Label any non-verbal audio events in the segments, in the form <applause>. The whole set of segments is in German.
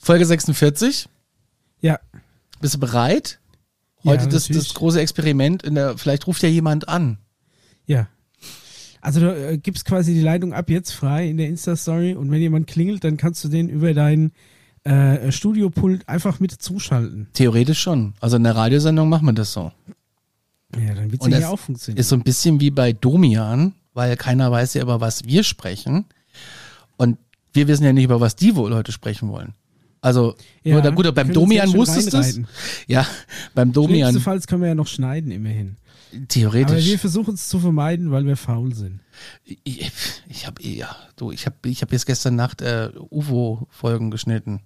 Folge 46. Ja. Bist du bereit? Heute ja, das, natürlich. das große Experiment. In der, vielleicht ruft ja jemand an. Ja. Also du äh, gibst quasi die Leitung ab jetzt frei in der Insta-Story und wenn jemand klingelt, dann kannst du den über dein äh, Studiopult einfach mit zuschalten. Theoretisch schon. Also in der Radiosendung machen wir das so. Ja, dann wird Und es das ja auch funktionieren. Ist so ein bisschen wie bei Domian, weil keiner weiß ja, über was wir sprechen. Und wir wissen ja nicht, über was die wohl heute sprechen wollen. Also, Ja, nur, gut, beim wir können uns Domian ja schön wusstest du es. reinreiten. Ja, beim Domian Schlimmstenfalls können wir ja noch schneiden, immerhin. Aber wir theoretisch. versuchen es zu vermeiden, weil wir faul sind. Ich, ich habe ja, du, ich habe ich hab jetzt gestern Nacht äh, UFO-Folgen geschnitten.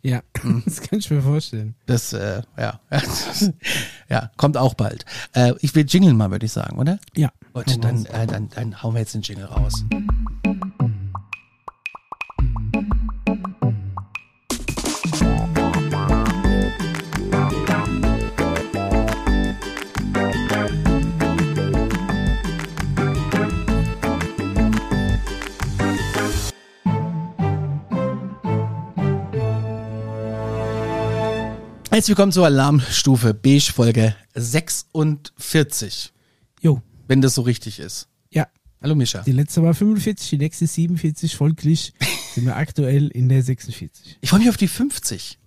Ja, Mhm. <laughs> das kann ich mir vorstellen. Das, äh, ja. <laughs> ja, kommt auch bald. Äh, ich will jingeln mal, würde ich sagen, oder? Ja. Gut, Hau dann, raus. äh, dann, dann hauen wir jetzt den Jingle raus. Herzlich willkommen zur Alarmstufe Beige Folge 46 Jo. wenn das so richtig ist. Ja, Hallo Mischa. die letzte war 45, die nächste 47, folglich <laughs> sind wir aktuell in der 46. Ich freue mich auf die 50.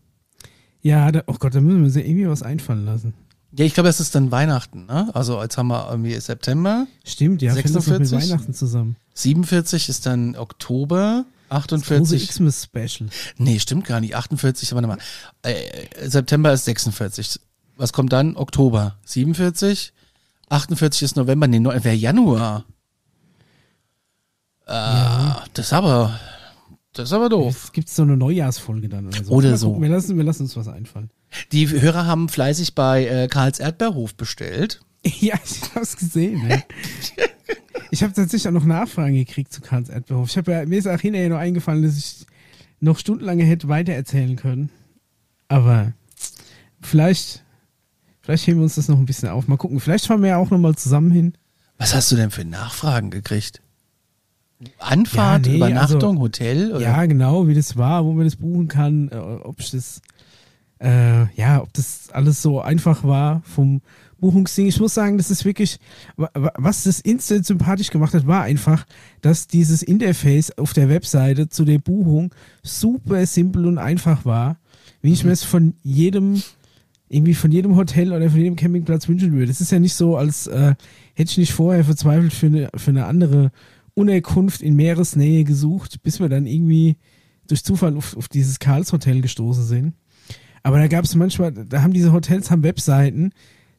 Ja, da, oh Gott, da müssen wir uns ja irgendwie was einfallen lassen. Ja, ich glaube, das ist dann Weihnachten, ne? Also jetzt haben wir irgendwie September, Stimmt, ja, fällt das noch mit 46? Weihnachten zusammen. 47 ist dann Oktober, 48. Große Xmas-Special. Nee, stimmt gar nicht. 48, warte mal. Äh, September ist 46. Was kommt dann? Oktober 47. 48 ist November, nee, Neu- wäre Januar. Äh, Das ist aber, das ist aber doof. Es gibt so eine Neujahrsfolge dann oder so. Oh. Oder Mal so. gucken, Wir lassen, wir lassen uns was einfallen. <laughs> Die Hörer haben fleißig bei äh, Karls Erdbeerhof bestellt. Ja, ich hab's gesehen. <laughs> Ja. ich habe tatsächlich auch noch Nachfragen gekriegt zu Karls Erdbeerhof. Ich habe ja, mir ist auch hinterher noch eingefallen, dass ich noch stundenlange hätte weitererzählen können. Aber vielleicht, vielleicht heben wir uns das noch ein bisschen auf. Mal gucken. Vielleicht fahren wir ja auch nochmal zusammen hin. Was hast du denn für Nachfragen gekriegt? Anfahrt, Ja, nee, Übernachtung, also- Hotel? Oder? Ja, genau, wie das war, wo man das buchen kann, äh, ob ich das, äh, ja, ob das alles so einfach war vom Buchungsding. Ich muss sagen, das ist wirklich, wa- wa- was das instant sympathisch gemacht hat, war einfach, dass dieses Interface auf der Webseite zu der Buchung super simpel und einfach war, wie ich mir es von jedem irgendwie von jedem Hotel oder von jedem Campingplatz wünschen würde. Es ist ja nicht so, als äh, hätte ich nicht vorher verzweifelt für eine, für eine andere Unterkunft in Meeresnähe gesucht, bis wir dann irgendwie durch Zufall auf, auf dieses Karls-Hotel gestoßen sind. Aber da gab es manchmal, da haben diese Hotels haben Webseiten,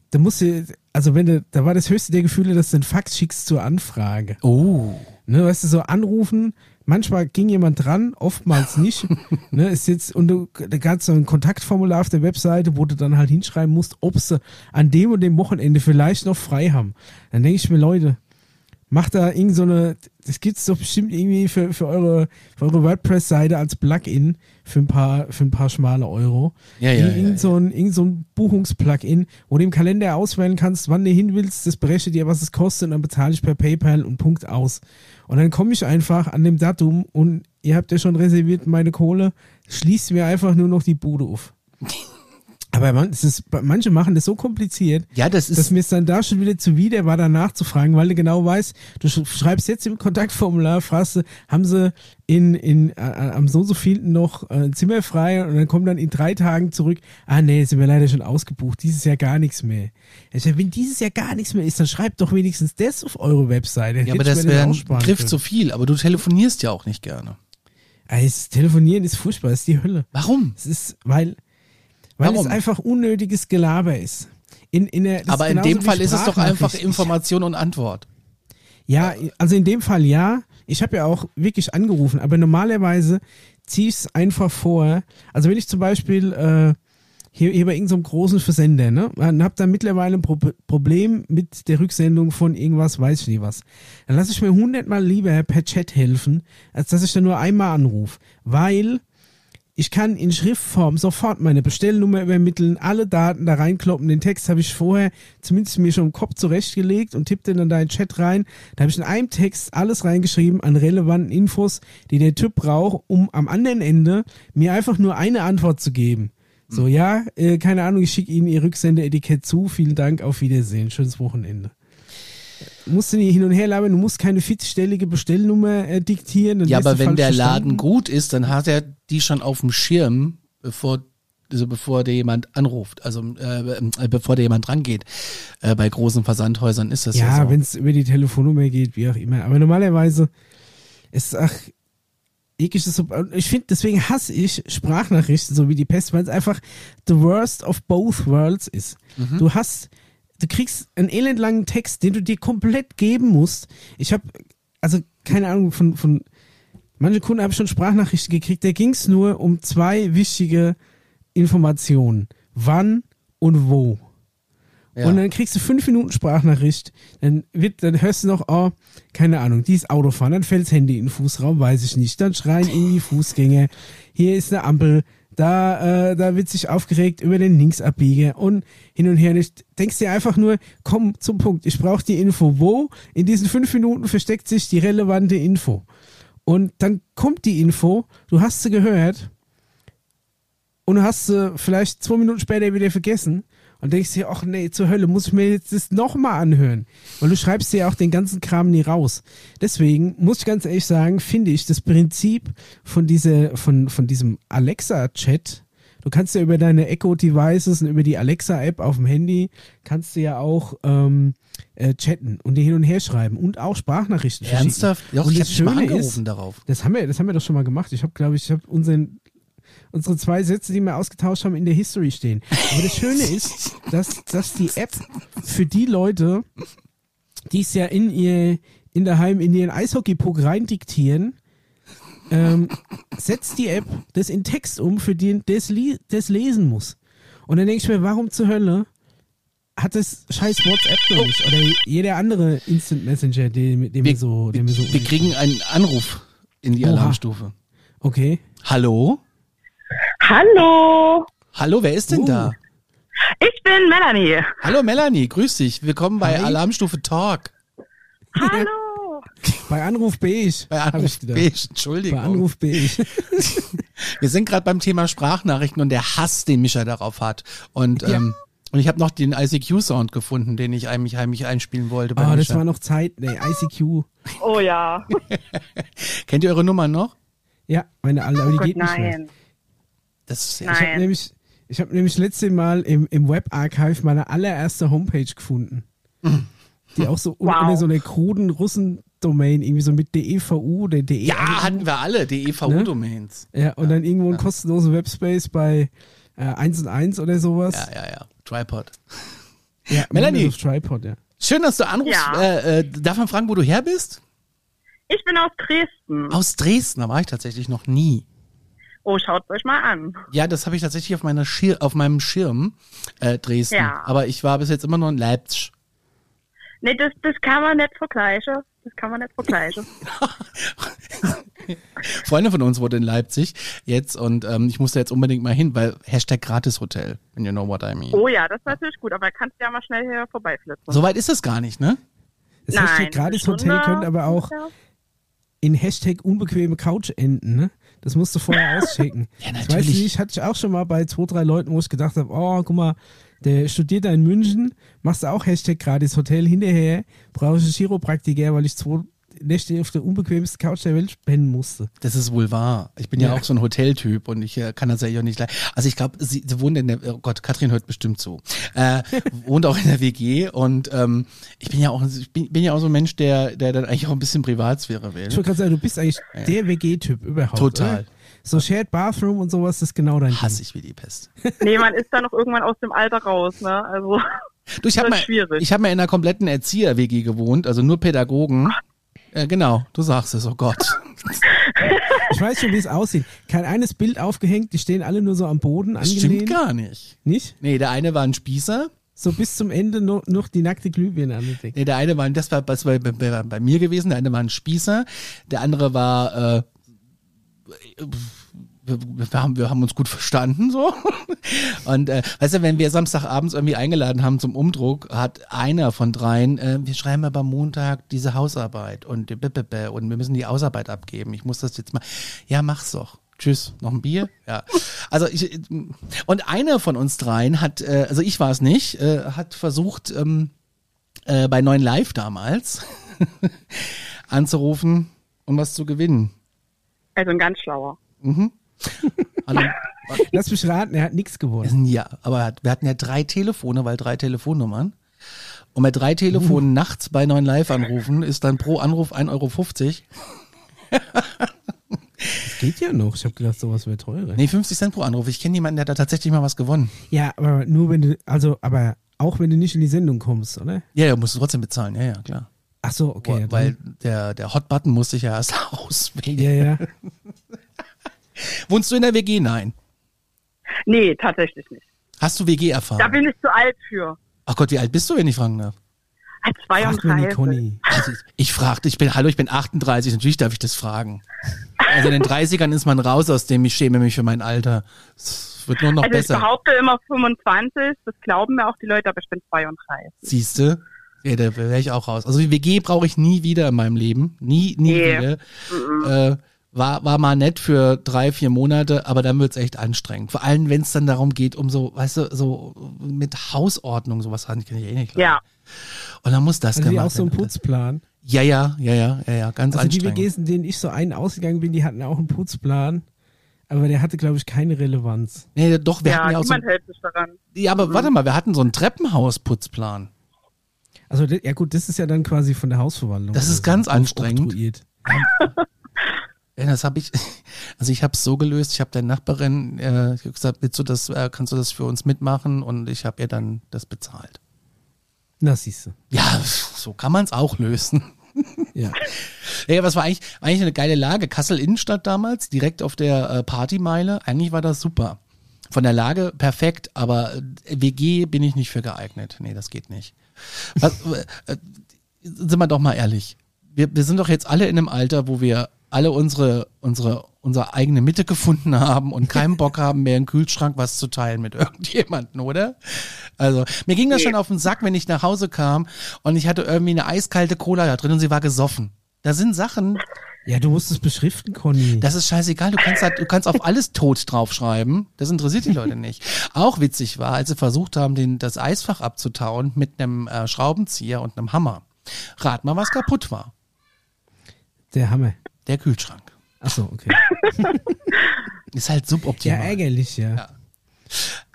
da musste, also wenn du, da war das höchste der Gefühle, dass du einen Fax schickst zur Anfrage. Oh. Ne, weißt du, so anrufen, manchmal ging jemand dran, oftmals nicht. ne, ist jetzt, und du, da gab's so ein Kontaktformular auf der Webseite, wo du dann halt hinschreiben musst, ob sie an dem und dem Wochenende vielleicht noch frei haben. Dann denke ich mir, Leute, macht da irgend so eine, das gibt's doch bestimmt irgendwie für, für eure, für eure WordPress-Seite als Plugin für ein paar, für ein paar schmale Euro. Ja, ja, Ir- irgend ja, so ein, irgend so ein Buchungsplugin, wo du im Kalender auswählen kannst, wann du hin willst, das berechnet dir, was es kostet und dann bezahle ich per PayPal und Punkt aus. Und dann komme ich einfach an dem Datum und ihr habt ja schon reserviert meine Kohle, schließt mir einfach nur noch die <laughs> Bude auf. Aber man, es ist, manche machen das so kompliziert, Ja, das dass ist. mir es dann da schon wieder zuwider war, danach zu fragen, weil du genau weißt, du sch- schreibst jetzt im Kontaktformular, fragst du, haben sie in, in, äh, am so und so vielen noch äh, ein Zimmer frei und dann kommen dann in drei Tagen zurück, ah nee, sind wir leider schon ausgebucht, dieses Jahr gar nichts mehr. Ich sag, wenn dieses Jahr gar nichts mehr ist, dann schreibt doch wenigstens das auf eure Webseite. ja, aber das wäre ein Griff zu viel. Aber du telefonierst ja auch nicht gerne. Das Telefonieren ist furchtbar, das ist die Hölle. Warum? Es ist, weil, weil Warum? es einfach unnötiges Gelaber ist. In, in der, das aber in genauso dem wie Fall ist es doch einfach Sprachnachrichten. Ich Information und Antwort. Ja, also in dem Fall ja. Ich habe ja auch wirklich angerufen, aber normalerweise ziehe ich es einfach vor. Also wenn ich zum Beispiel äh, hier, hier bei irgendeinem großen Versender, ne, und habe dann mittlerweile ein Pro Problem mit der Rücksendung von irgendwas, weiß ich nie was, dann lasse ich mir hundertmal lieber per Chat helfen, als dass ich dann nur einmal anrufe, weil Ich kann in Schriftform sofort meine Bestellnummer übermitteln, alle Daten da reinkloppen. Den Text habe ich vorher zumindest mir schon im Kopf zurechtgelegt und tippe den dann da in den Chat rein. Da habe ich in einem Text alles reingeschrieben an relevanten Infos, die der Typ braucht, um am anderen Ende mir einfach nur eine Antwort zu geben. Mhm. So, ja, äh, keine Ahnung, ich schicke Ihnen Ihr Rücksendeetikett zu. Vielen Dank, auf Wiedersehen. Schönes Wochenende. Du musst du nicht hin und her labern, du musst keine 40-stellige Bestellnummer äh, diktieren. dann Ja, wirst aber du wenn falsch der verstanden. Laden gut ist, dann hat er die schon auf dem Schirm, bevor, also bevor der jemand anruft, also äh, äh, bevor der jemand rangeht. Äh, bei großen Versandhäusern ist das ja, Ja, so. wenn es über die Telefonnummer geht, wie auch immer. Aber normalerweise ist ach eklig. ist So, ich finde, deswegen hasse ich Sprachnachrichten so wie die Pest, weil es einfach the worst of both worlds ist. Mhm. Du hast, du kriegst einen elendlangen Text, den du dir komplett geben musst. Ich habe, also keine Ahnung von von manche Kunden habe ich schon Sprachnachrichten gekriegt. Da ging es nur um zwei wichtige Informationen: Wann und wo. ja. Und dann kriegst du fünf Minuten Sprachnachricht, dann wird, dann hörst du noch, oh, keine Ahnung, die ist Autofahren, dann fällt das Handy in den Fußraum, weiß ich nicht. Dann schreien irgendwie Fußgänger, hier ist eine Ampel, da, äh, da wird sich aufgeregt über den Linksabbieger und hin und her. Und Ich denkst dir einfach nur, komm zum Punkt, ich brauche die Info. Wo? In diesen fünf Minuten versteckt sich die relevante Info. Und dann kommt die Info, du hast sie gehört und du hast sie vielleicht zwei Minuten später wieder vergessen und denkst dir, ach nee, zur Hölle, muss ich mir jetzt das nochmal anhören? Weil du schreibst dir ja auch den ganzen Kram nie raus. Deswegen muss ich ganz ehrlich sagen, finde ich das Prinzip von, dieser, von, von diesem Alexa-Chat, du kannst ja über deine Echo-Devices und über die Alexa-App auf dem Handy, kannst du ja auch ähm, äh, chatten und dir hin und her schreiben und auch Sprachnachrichten verschicken. Ernsthaft? Ja, Und ich das habe schon mal Schöne ist- angerufen darauf. Das haben wir, das haben wir doch schon mal gemacht. Ich habe, glaube ich, ich habe unseren unsere zwei Sätze, die wir ausgetauscht haben, in der History stehen. Aber das Schöne ist, dass, dass die App für die Leute, die es ja in ihr in daheim in ihren Eishockey-Puck rein diktieren, ähm, setzt die App das in Text um, für den das, li- das lesen muss. Und dann denke ich mir, warum zur Hölle hat das scheiß WhatsApp noch nicht? Oder jeder andere Instant Messenger, den, den wir, Wir, so, den wir so wir kriegen einen Anruf in die Oha. Alarmstufe. Okay. Hallo? Hallo, Hallo, wer ist denn Uh. da? ich bin Melanie. Hallo Melanie, grüß dich. Willkommen bei Hi. Alarmstufe Talk. <laughs> Hallo. Bei Anruf beige. Bei hab Anruf ich gedacht. B, Bei Entschuldigung. Anruf <laughs> beige. Wir sind gerade beim Thema Sprachnachrichten und der Hass, den Mischa darauf hat. Und, Ja. ähm, und ich habe noch den ICQ-Sound gefunden, den ich heimlich, heimlich einspielen wollte. Bei Oh, das Mischa. war noch Zeit. Nee, ICQ. Oh ja. <laughs> Kennt ihr eure Nummer noch? Ja, meine alte, aber die Oh Gott, geht nicht mehr. nein. Das ist Ich Nein. habe nämlich, ich hab nämlich letzte Mal im, im Web-Archive meine allererste Homepage gefunden. Die auch so Wow. unter so einer kruden Russen-Domain, irgendwie so mit DEVU oder DE. Ja, hatten wir alle, E die Ne? EVU-Domains. ja, und dann irgendwo einen kostenlosen Webspace bei äh, 1 und 1 oder sowas. Ja, ja, ja. Tripod. Ja, Melanie. Windows Tripod, ja. Schön, dass du anrufst. Ja. Äh, äh, darf man fragen, wo du her bist? Ich bin aus Dresden. Aus Dresden, da war ich tatsächlich noch nie. Oh, schaut euch mal an. Ja, das habe ich tatsächlich auf, meiner Schir auf meinem Schirm, äh, Dresden. Ja. Aber ich war bis jetzt immer nur in Leipzig. Nee, das, das kann man nicht vergleichen. Das kann man nicht <laughs> vergleichen. Freunde von uns wurde in Leipzig jetzt und ähm, ich musste jetzt unbedingt mal hin, weil Hashtag Gratishotel, when you know what I mean. Oh ja, das ist natürlich gut, aber kannst ja mal schnell hier vorbeiflitzen. Soweit ist es gar nicht, ne? Das Nein, Hashtag gratis Hotel Stunde könnte aber auch ungefähr. in Hashtag unbequeme Couch enden, ne? Das musst <laughs> du vorher auschecken. Ja, Das weiß ich natürlich. nicht, hatte ich auch schon mal bei zwei, drei Leuten, wo ich gedacht habe, oh, guck mal, der studiert da in München, machst du auch Hashtag gratis Hotel, hinterher brauche ich einen Chiropraktiker, weil ich zwei Nächte auf der unbequemsten Couch der Welt pennen musste. Das ist wohl wahr. Ich bin ja, Ja. auch so ein Hoteltyp und ich äh, kann das ja auch nicht leiden. Also ich glaube, sie, sie wohnt in der, oh Gott, Katrin hört bestimmt zu, äh, <laughs> wohnt auch in der WG und ähm, ich bin ja auch, ich bin, bin ja auch so ein Mensch, der, der dann eigentlich auch ein bisschen Privatsphäre will. Ich wollte gerade sagen, du bist eigentlich der WG-Typ überhaupt. Total. Oder? So Shared Bathroom und sowas, das ist genau dein Hasse ich wie die Pest. Nee, man ist da noch irgendwann aus dem Alter raus, ne? Also, <laughs> Du, ich habe Das mal, ist schwierig. ich hab mal in einer kompletten Erzieher-WG gewohnt, also nur Pädagogen. Ah. Äh, genau, du sagst es, oh Gott. Ding. Ich weiß schon, wie es aussieht. Kein eines Bild aufgehängt, die stehen alle nur so am Boden Das stimmt angelehnt. gar nicht. Nicht? Nee, der eine war ein Spießer, So bis zum Ende nur, noch die nackte Glühbirne angedeckt. nee, der eine war, ein- das war, das war bei, bei, bei mir gewesen, der eine war ein Spießer, der andere war, äh, wir, wir, haben, wir haben uns gut verstanden so. <laughs> Und äh, weißt du, wenn wir Samstagabends irgendwie eingeladen haben zum Umdruck, hat einer von dreien, äh, wir schreiben aber Montag diese Hausarbeit und blablabla und wir müssen die Hausarbeit abgeben. Ich muss das jetzt mal. Ja, mach's doch. Tschüss, noch ein Bier? Ja. Also ich, und einer von uns dreien hat, äh, also ich war es nicht, äh, hat versucht, ähm, äh, bei Neuen Live damals <laughs> anzurufen, um was zu gewinnen. Also ein ganz schlauer. Mhm. <laughs> Hallo. Lass mich raten, er hat nichts gewonnen. Ja, aber er hat- wir hatten ja drei Telefone, weil drei Telefonnummern. Und bei drei Mhm. Telefonen nachts bei 9 Live anrufen, ist dann pro Anruf 1,50 Euro. Das geht ja noch. Ich habe gedacht, sowas wäre teurer. Nee, 50 Cent pro Anruf. Ich kenne jemanden, der hat da tatsächlich mal was gewonnen. Ja, aber nur wenn du, also, aber auch wenn du nicht in die Sendung kommst, oder? Ja, ja, musst du trotzdem bezahlen. Ja, ja, klar. Ach so, okay. ja, dann- Weil der, der Hot Button musste ich ja erst <laughs> auswählen. ja, <laughs> ja. Wohnst du in der WG? Nein. Nee, tatsächlich nicht. Hast du WG Ah. Da erfahren? bin ich zu alt für. Ach Gott, wie alt bist du, wenn ich fragen darf? Als Ach, wenn die 32. Conny. Also ich- ich fragte, ich bin, hallo, ich bin 38, natürlich darf ich das fragen. Also in den 30ern ist man raus aus dem, ich schäme mich für mein Alter. Es wird nur noch Also ich besser. behaupte immer 25, das glauben mir auch die Leute, aber ich bin 32. Siehste? Ja, da wäre ich auch raus. Also die WG brauche ich nie wieder in meinem Leben. Nie, nie Nee. wieder. Äh, war, war mal nett für drei, vier Monate, aber dann wird's echt anstrengend. Vor allem, wenn es dann darum geht, um so, weißt du, so mit Hausordnung, sowas kann ich eh nicht. leiden. Ja, Und dann muss das Also die gemacht auch so einen werden. Putzplan. Ja, ja, ja, ja, ja, ja, ganz Also die anstrengend. WGs, in denen ich so einen ausgegangen bin, die hatten auch einen Putzplan. Aber der hatte, glaube ich, keine Relevanz. nee, doch, wir hatten ja, ja auch so niemand hält sich daran. Ja, aber warte mal, wir hatten so einen Treppenhausputzplan. Also, de- ja gut, das ist ja dann quasi von der Hausverwaltung. Also Das oder ist so ganz anstrengend. aufoktroyiert. Ja, das habe ich, <laughs> also ich habe es so gelöst, ich habe der Nachbarin äh, ich hab gesagt, willst du das, äh, kannst du das für uns mitmachen und ich habe ihr dann das bezahlt. Na, siehst du. Ja, so kann man es auch lösen. <laughs> Ja. Ja, was war eigentlich, eigentlich eine geile Lage. Kassel Innenstadt damals, direkt auf der äh, Partymeile. Eigentlich war das super. Von der Lage perfekt, aber äh, WG bin ich nicht für geeignet. Nee, das geht nicht. Was, äh, äh, sind wir doch mal ehrlich. Wir, wir sind doch jetzt alle in einem Alter, wo wir alle unsere, unsere, unsere eigene Mitte gefunden haben und keinen Bock haben, mehr im Kühlschrank was zu teilen mit <laughs> irgendjemandem, oder? Also, mir ging das schon auf den Sack, wenn ich nach Hause kam und ich hatte irgendwie eine eiskalte Cola da drin und sie war gesoffen. Da sind Sachen, ja, du musst es beschriften, Conny. das ist scheißegal. Du kannst, halt, du kannst auf alles tot draufschreiben. Das interessiert die Leute nicht. Auch witzig war, als sie versucht haben, den, das Eisfach abzutauen mit einem äh, Schraubenzieher und einem Hammer. Rat mal, was kaputt war. der Hammer. Der Kühlschrank. Ach so, okay. Ist halt <laughs> Ja, suboptimal. ärgerlich, ja.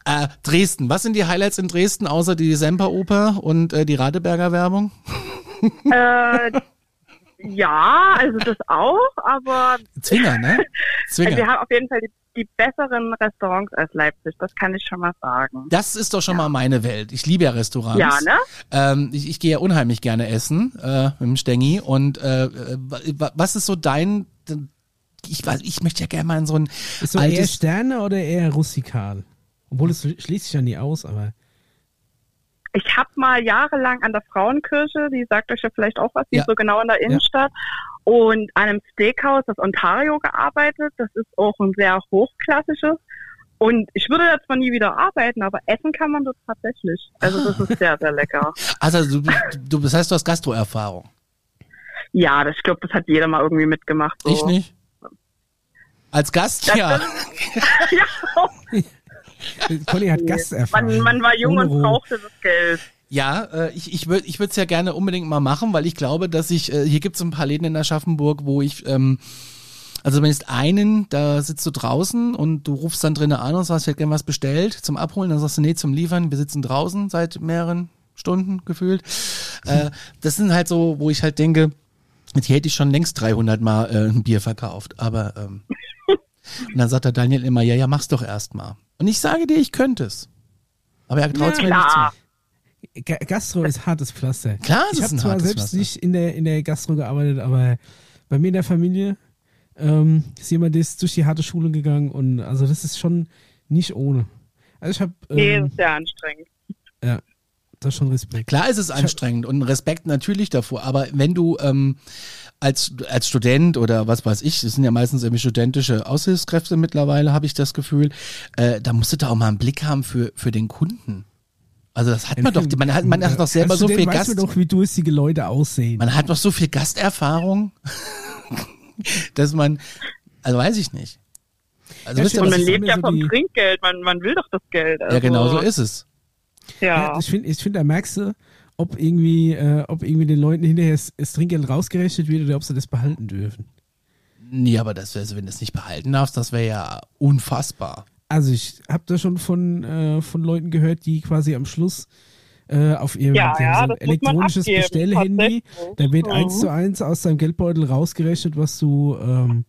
äh, Dresden. Was sind die Highlights in Dresden, außer die Semperoper und äh, die Radeberger Werbung? äh, ja, also das auch, aber Zwinger, <laughs> ne? also wir Zwinger. haben auf jeden Fall die, die besseren Restaurants als Leipzig, das kann ich schon mal sagen. Das ist doch schon mal meine Welt. Ich liebe ja Restaurants. Ja, ne? Ähm, ich ich gehe ja unheimlich gerne essen äh, mit dem Stengi. Und äh, äh, wa- was ist so dein. Ich, weiß, ich möchte ja gerne mal in so ein Ist so eher altes. Sterne oder eher rustikal? Obwohl, es schließt sich ja nie aus, aber. Ich habe mal jahrelang an der Frauenkirche, die sagt euch ja vielleicht auch was, die Ja. ist so genau in der Innenstadt, und an einem Steakhouse aus Ontario gearbeitet. Das ist auch ein sehr hochklassisches. Und ich würde da zwar nie wieder arbeiten, aber essen kann man dort tatsächlich. Also das ist sehr, sehr lecker. <laughs> Also, du, du, das heißt, du hast Gastroerfahrung. Ja, das, ich glaube, das hat jeder mal irgendwie mitgemacht. So. Ich nicht? Als Gast, ja. <laughs> ja, Conny hat Gasterfahrung. man, man war jung Ohne und Ruhe. brauchte das Geld. Ja, äh, ich, ich würde ich würde es ja gerne unbedingt mal machen, weil ich glaube, dass ich, äh, hier gibt es ein paar Läden in Aschaffenburg, wo ich, ähm, also zumindest einen, da sitzt du draußen und du rufst dann drinnen an und sagst, ich hätte gerne was bestellt zum Abholen, dann sagst du, nee, zum Liefern, wir sitzen draußen seit mehreren Stunden gefühlt. Äh, das sind halt so, wo ich halt denke, jetzt hätte ich schon längst 300 Mal äh, ein Bier verkauft, aber ähm, und dann sagt der Daniel immer, ja, ja, mach's doch erst mal. Und ich sage dir, ich könnte es. Aber er traut es mir nicht zu. Klar. Ga- Gastro ist hartes Pflaster. Klar, es ich ist habe ein zwar hartes selbst Pflaster. nicht in der, in der Gastro gearbeitet, aber bei mir in der Familie ähm, ist jemand, der ist durch die harte Schule gegangen und also das ist schon nicht ohne. Also ich habe Nee, ähm, das ist sehr anstrengend. das ist schon Respekt. Klar ist es anstrengend und Respekt natürlich davor, aber wenn du ähm, als, als Student oder was weiß ich, das sind ja meistens irgendwie studentische Aushilfskräfte mittlerweile, habe ich das Gefühl, äh, da musst du da auch mal einen Blick haben für, für den Kunden. Also das hat man doch, man hat, man hat doch selber Als so viel Student Gast. Weißt du doch, wie durstige Leute aussehen. Man hat doch so viel Gasterfahrung, <laughs> dass man, also weiß ich nicht. Also Ja, wisst ihr, stimmt. Und was man ich, ist lebt immer ja so vom die- Trinkgeld, man, man will doch das Geld. Also, ja genau so ist es. Ja. Ja, ich finde, ich find, da merkst du, ob irgendwie, äh, ob irgendwie den Leuten hinterher das, das Trinkgeld rausgerechnet wird oder ob sie das behalten dürfen. Nee, aber das wäre, wenn du es nicht behalten darfst, das wäre ja unfassbar. Also ich habe da schon von, äh, von Leuten gehört, die quasi am Schluss äh, auf ihrem Ja, die ja, haben so ein das muss man elektronisches abgeben, Bestellhandy, tatsächlich. da wird Mhm. eins zu eins aus deinem Geldbeutel rausgerechnet, was du, ähm,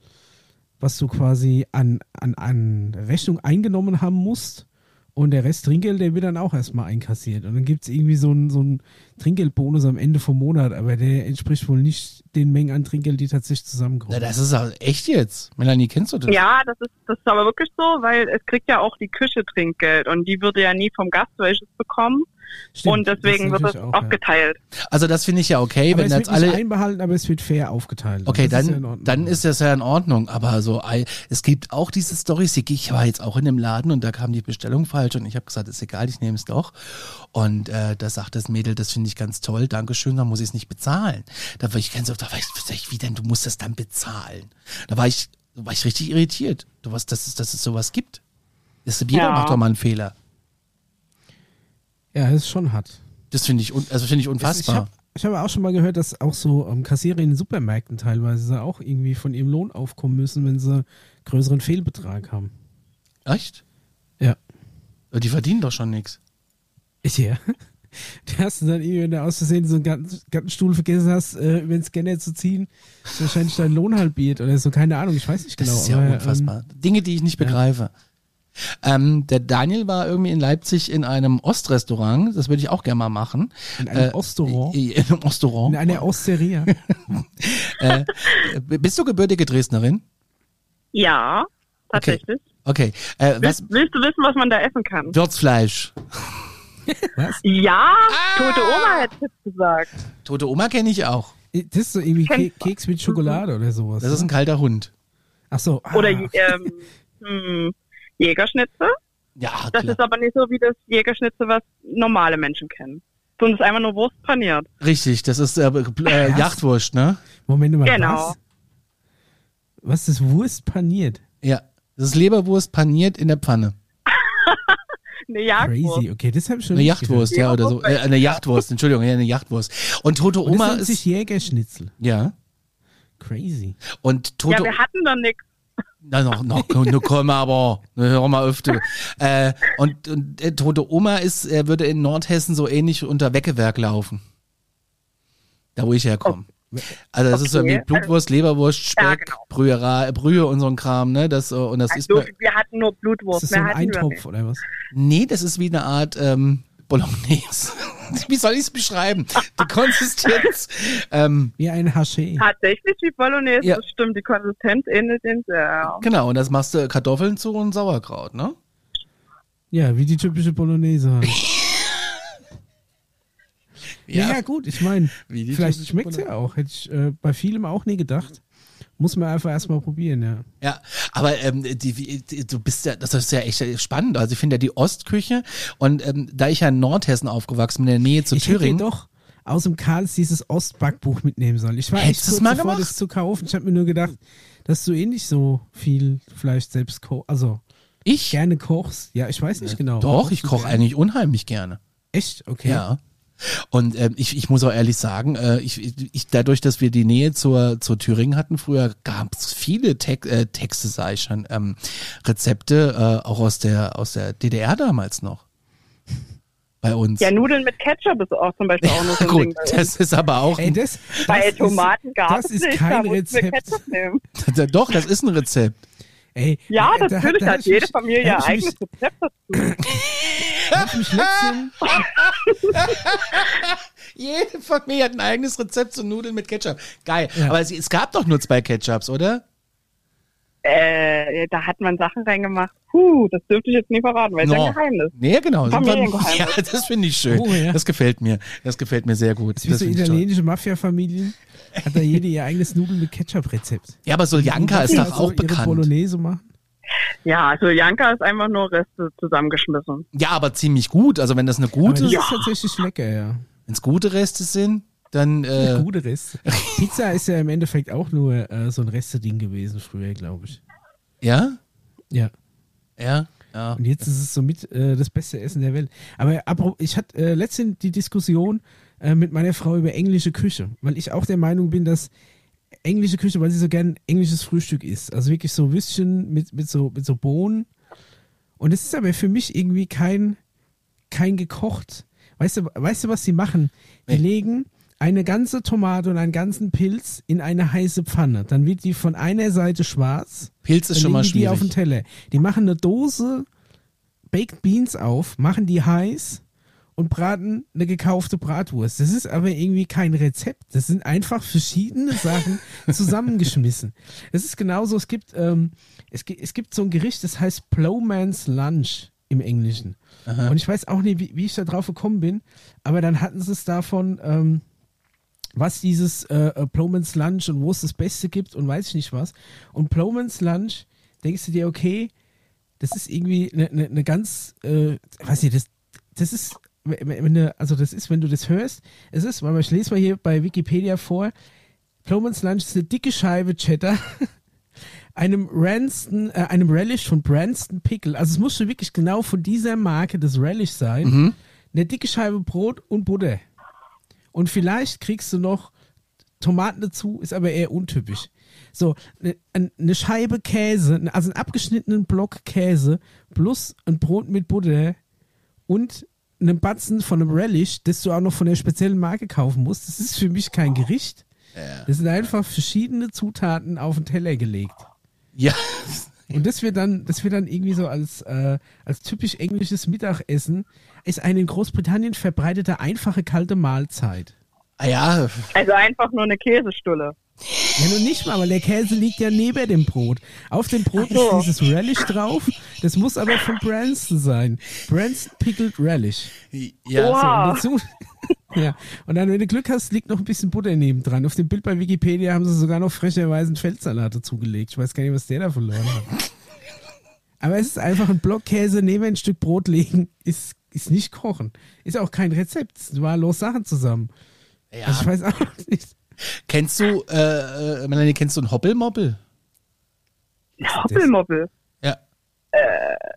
was du quasi an, an, an Rechnung eingenommen haben musst. Und der Rest Trinkgeld, der wird dann auch erstmal einkassiert. Und dann gibt es irgendwie so einen so einen Trinkgeldbonus am Ende vom Monat, aber der entspricht wohl nicht den Mengen an Trinkgeld, die tatsächlich zusammenkommen. Na, das ist auch echt jetzt. Melanie, kennst du das? Ja, das ist, das ist aber wirklich so, weil es kriegt ja auch die Küche Trinkgeld und die würde ja nie vom Gast welches bekommen Stimmt, und deswegen das wird es natürlich ja. aufgeteilt. Also das finde ich ja okay, Aber wenn es wird jetzt nicht alle einbehalten, aber es wird fair aufgeteilt. Okay, Das ist ja dann, in Ordnung. dann ist das ja in Ordnung. Aber so, ei- es gibt auch diese Storys. die- Ich war jetzt auch in dem Laden und da kam die Bestellung falsch und ich habe gesagt, ist egal, ich nehme es doch. Und äh, da sagt das Mädel, das finde ich ganz toll, Dankeschön, dann muss ich es nicht bezahlen. Da war ich ganz oft, da war ich, sag ich, wie denn, du musst das dann bezahlen. Da war ich, war ich richtig irritiert, du weißt, dass, es, dass es sowas gibt. Das, jeder Ja. macht doch mal einen Fehler. ja, es ist schon hart. Das finde ich, un, also finde ich Ich habe unfassbar. ich hab auch schon mal gehört, dass auch so ähm, Kassierer in Supermärkten teilweise auch irgendwie von ihrem Lohn aufkommen müssen, wenn sie größeren Fehlbetrag haben. Echt? Ja. Äh, Die verdienen doch schon nichts. Ich ja. <laughs> Du hast du dann irgendwie, wenn du aus Versehen so einen ganzen, ganzen Stuhl vergessen hast, äh, über den Scanner zu ziehen, ist wahrscheinlich dein Lohn halbiert oder so, keine Ahnung, ich weiß nicht Das genau. ist ja aber, ähm, unfassbar. Dinge, die ich nicht begreife. Ähm, der Daniel war irgendwie in Leipzig in einem Ostrestaurant. Das würde ich auch gerne mal machen. Äh, In einem Osterrestaurant? In einem Osterrestaurant. ähm, in <laughs> einer Osteria. B- äh, Bist du gebürtige Dresdnerin? Ja, tatsächlich. Okay. Äh, was? Willst, willst du wissen, was man da essen kann? Würzfleisch. Was? Ja, tote Oma hätte ich jetzt gesagt. Tote Oma kenne ich auch. Das ist so irgendwie Ke Kennst du- Keks mit Schokolade oder sowas. ne? Das ist ein kalter Hund. Ach so. Ah, Oder ähm, hm, Jägerschnitzel. <laughs> Ja, Das klar. ist aber nicht so wie das Jägerschnitzel, was normale Menschen kennen. Sonst ist einfach nur Wurst paniert. Richtig, das ist äh, äh, Was? Jachtwurst, ne? Moment mal. Genau. Was? was ist Wurst paniert? Ja. Das ist Leberwurst paniert in der Pfanne. Eine Jagdwurst. Crazy. Okay, das habe ich schon Eine nicht Jachtwurst, ja, oder so. Äh, eine Jachtwurst, Entschuldigung, ja, eine Jachtwurst. Und Tote gehört. Und Oma das nennt ist. sich Jägerschnitzel. Ja. Crazy. Und Tote Ja, wir hatten da nichts. Na, noch, noch, nur komm aber, ne, hör mal öfter. äh, und und äh, Tote Oma ist, äh, würde in Nordhessen so ähnlich unter Weckewerk laufen. Da, wo ich herkomme. Also das ist so Okay. mit Blutwurst, Leberwurst, Speck, Ja, genau. Brühera- Brühe und so ein Kram, ne? Das, äh, und das ist Also, bei, wir hatten nur Ist Blutwurst. das so ein mehr hatten wir nicht. Eintopf oder was? Nee, das ist wie eine Art ähm, Bolognese. <laughs> wie soll ich es beschreiben? Die <laughs> Konsistenz. ähm, Wie ein Haché. Tatsächlich wie Bolognese, Ja. das stimmt. Die Konsistenz ähnelt den sehr. genau, und das machst du Kartoffeln zu und Sauerkraut, ne? Ja, wie die typische Bolognese <laughs> halt. ja. ja, gut, ich meine, Wie die vielleicht typische schmeckt es ja auch. Hätte ich äh, bei vielem auch nie gedacht. Muss man einfach erstmal probieren, ja. Ja, aber ähm, die, wie- die, du bist ja, das ist ja echt spannend. Also ich finde ja die Ostküche und ähm, da ich ja in Nordhessen aufgewachsen bin, in der Nähe zu ich hätte Thüringen. mir doch aus dem Karls dieses Ostbackbuch mitnehmen sollen. Ich war echt Hättest du's kurz mal davor, gemacht? das zu kaufen. Ich habe mir nur gedacht, dass du eh nicht so viel Fleisch selbst kochst. Also Ich? gerne kochst. Ja, ich weiß nicht genau. Doch, ich Kochst du koche gerne? eigentlich unheimlich gerne. Echt? Okay. Ja. Und ähm, ich, ich muss auch ehrlich sagen, äh, ich, ich, dadurch, dass wir die Nähe zur, zur Thüringen hatten, früher gab es viele Tex äh, Texte, sag ich schon, ähm, Rezepte, äh, auch aus der, aus der DDR damals noch. Bei uns. <laughs> Ja, Nudeln mit Ketchup ist auch zum Beispiel auch nur so ein Ding. Gut, bei uns. das ist aber auch Ey, das, Bei das Tomaten ist, gab Das es ist nicht, da kein mussten wir Rezept. Ketchup nehmen. <laughs> doch, das ist ein Rezept. Ey, Ja, da- da- natürlich da hab ich hat halt jede mich- Familie da ihr hab ich eigenes mich- Rezept dazu. hab ich mich <laughs> letztens- Jede Familie hat ein eigenes Rezept zu Nudeln mit Ketchup. Geil. Ja. Aber es, es gab doch nur zwei Ketchups, oder? Äh, da hat man Sachen reingemacht. Puh, das dürfte ich jetzt nie verraten, weil es No. ja ein Geheimnis. Nee, genau. sind wir- Familiengeheimnis. Ja, das finde ich schön. Oh, ja. Das gefällt mir. Das gefällt mir sehr gut. Das ist wie so finde ich toll. italienische Mafia-Familien. Hat da jede ihr eigenes Nudeln mit Ketchup-Rezept. Ja, aber Soljanka ist doch Also auch ihre bekannt. Bolognese machen. Ja, also Janka ist einfach nur Reste zusammengeschmissen. Ja, aber ziemlich gut. Also wenn das eine Aber das gute, ist ja. tatsächlich lecker, ja. wenn's gute Reste sind, dann äh, <laughs> Gute Reste. Pizza ist ja im Endeffekt auch nur äh, so ein Reste-Ding gewesen früher, glaube ich. ja, Ja. ja, ja. Und jetzt ist es somit äh, das beste Essen der Welt. Aber apro- ich hatte äh, letztens die Diskussion äh, mit meiner Frau über englische Küche, weil ich auch der Meinung bin, dass englische Küche, weil sie so gern englisches Frühstück isst. Also wirklich so Würstchen mit, mit, so, mit so Bohnen. Und es ist aber für mich irgendwie kein, kein gekocht. Weißt du, weißt du, was sie machen? Die Nee. legen eine ganze Tomate und einen ganzen Pilz in eine heiße Pfanne. Dann wird die von einer Seite schwarz Pilz ist dann schon mal legen die die auf den schwierig. Teller. Die machen eine Dose Baked Beans auf, machen die heiß und braten eine gekaufte Bratwurst. Das ist aber irgendwie kein Rezept. Das sind einfach <laughs> verschiedene Sachen zusammengeschmissen. Es ist genauso, es gibt, ähm, es, gi- es gibt so ein Gericht, das heißt Plowman's Lunch im Englischen. Und ich weiß auch nicht, wie, wie ich da drauf gekommen bin, aber dann hatten sie es davon, ähm, was dieses äh, äh, Plowman's Lunch und wo es das Beste gibt und weiß ich nicht was. Und Plowman's Lunch, denkst du dir, okay, das ist irgendwie eine ne, ne ganz, äh, weiß nicht, das, das ist, wenn, wenn- wenn du, also das ist, wenn du das hörst, es ist, warte mal, ich lese mal hier bei Wikipedia vor, Plowman's Lunch ist eine dicke Scheibe Cheddar, <laughs> einem Ranston, äh, einem Relish von Branston Pickle, also es muss schon wirklich genau von dieser Marke das Relish sein, eine dicke Scheibe Brot und Butter. Und vielleicht kriegst du noch Tomaten dazu, ist aber eher untypisch. So, eine ne Scheibe Käse, ne- also einen abgeschnittenen Block Käse plus ein Brot mit Butter und einen Batzen von einem Relish, das du auch noch von der speziellen Marke kaufen musst. Das ist für mich kein Gericht. Das sind einfach verschiedene Zutaten auf den Teller gelegt. Ja, Und das wird dann, das wird dann irgendwie so als, äh, als typisch englisches Mittagessen, ist eine in Großbritannien verbreitete einfache kalte Mahlzeit. ah, ja. Also einfach nur eine Käsestulle. Ja, nun nicht mal, weil der Käse liegt ja neben dem Brot. Auf dem Brot ist so. dieses Relish drauf. Das muss aber von Branston sein. Branston Pickled Relish. ja. Wow. Ah. Und dazu, <laughs> ja. Und dann, wenn du Glück hast, liegt noch ein bisschen Butter neben dran. Auf dem Bild bei Wikipedia haben sie sogar noch frecherweise einen Feldsalat dazugelegt. Ich weiß gar nicht, was der da verloren hat. Aber es ist einfach ein Blockkäse neben ein Stück Brot legen, ist, ist nicht kochen. Ist auch kein Rezept. Es war los Sachen zusammen. Ja. Also ich weiß auch nicht. Kennst du, äh, äh, Melanie, kennst du einen Hoppelmoppel? Hoppelmoppel. Ja.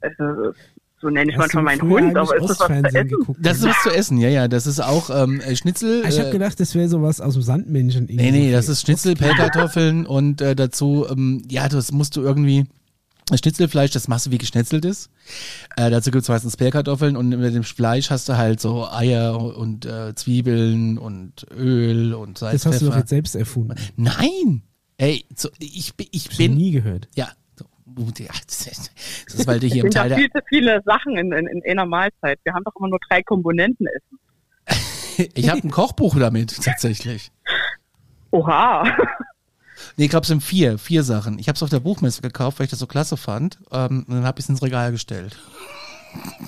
Also, so nenne ich Hast du manchmal meinen früher Hund, heimlich aber ist das was zu Ostfernsehen essen? geguckt? Das ist was zu essen, ja, ja. Das ist auch ähm, äh, Schnitzel. Ah, ich habe äh, gedacht, das wäre sowas aus dem Sandmännchen. Nee, irgendwie. nee, das ist Schnitzel, Pellkartoffeln und äh, dazu, ähm, ja, das musst du irgendwie. Das Schnitzelfleisch, das machst du wie geschnetzeltes. Äh, dazu gibt's meistens Pellkartoffeln und mit dem Fleisch hast du halt so Eier und äh, Zwiebeln und Öl und Salz. Das hast du doch Pfeffer. jetzt selbst erfunden. Nein! Ey, so, ich, bin- ich Ich bin bin. nie gehört. Ja. so, gut, ja, <laughs> Das ist, das ist, weil du hier im sind Teil da der. viel zu viele Sachen in, in, in einer Mahlzeit. Wir haben doch immer nur drei Komponenten essen. <laughs> Ich habe ein Kochbuch damit, tatsächlich. Oha. <laughs> Nee, ich glaube, es sind vier, vier Sachen. Ich habe es auf der Buchmesse gekauft, weil ich das so klasse fand. Ähm, und dann habe ich es ins Regal gestellt.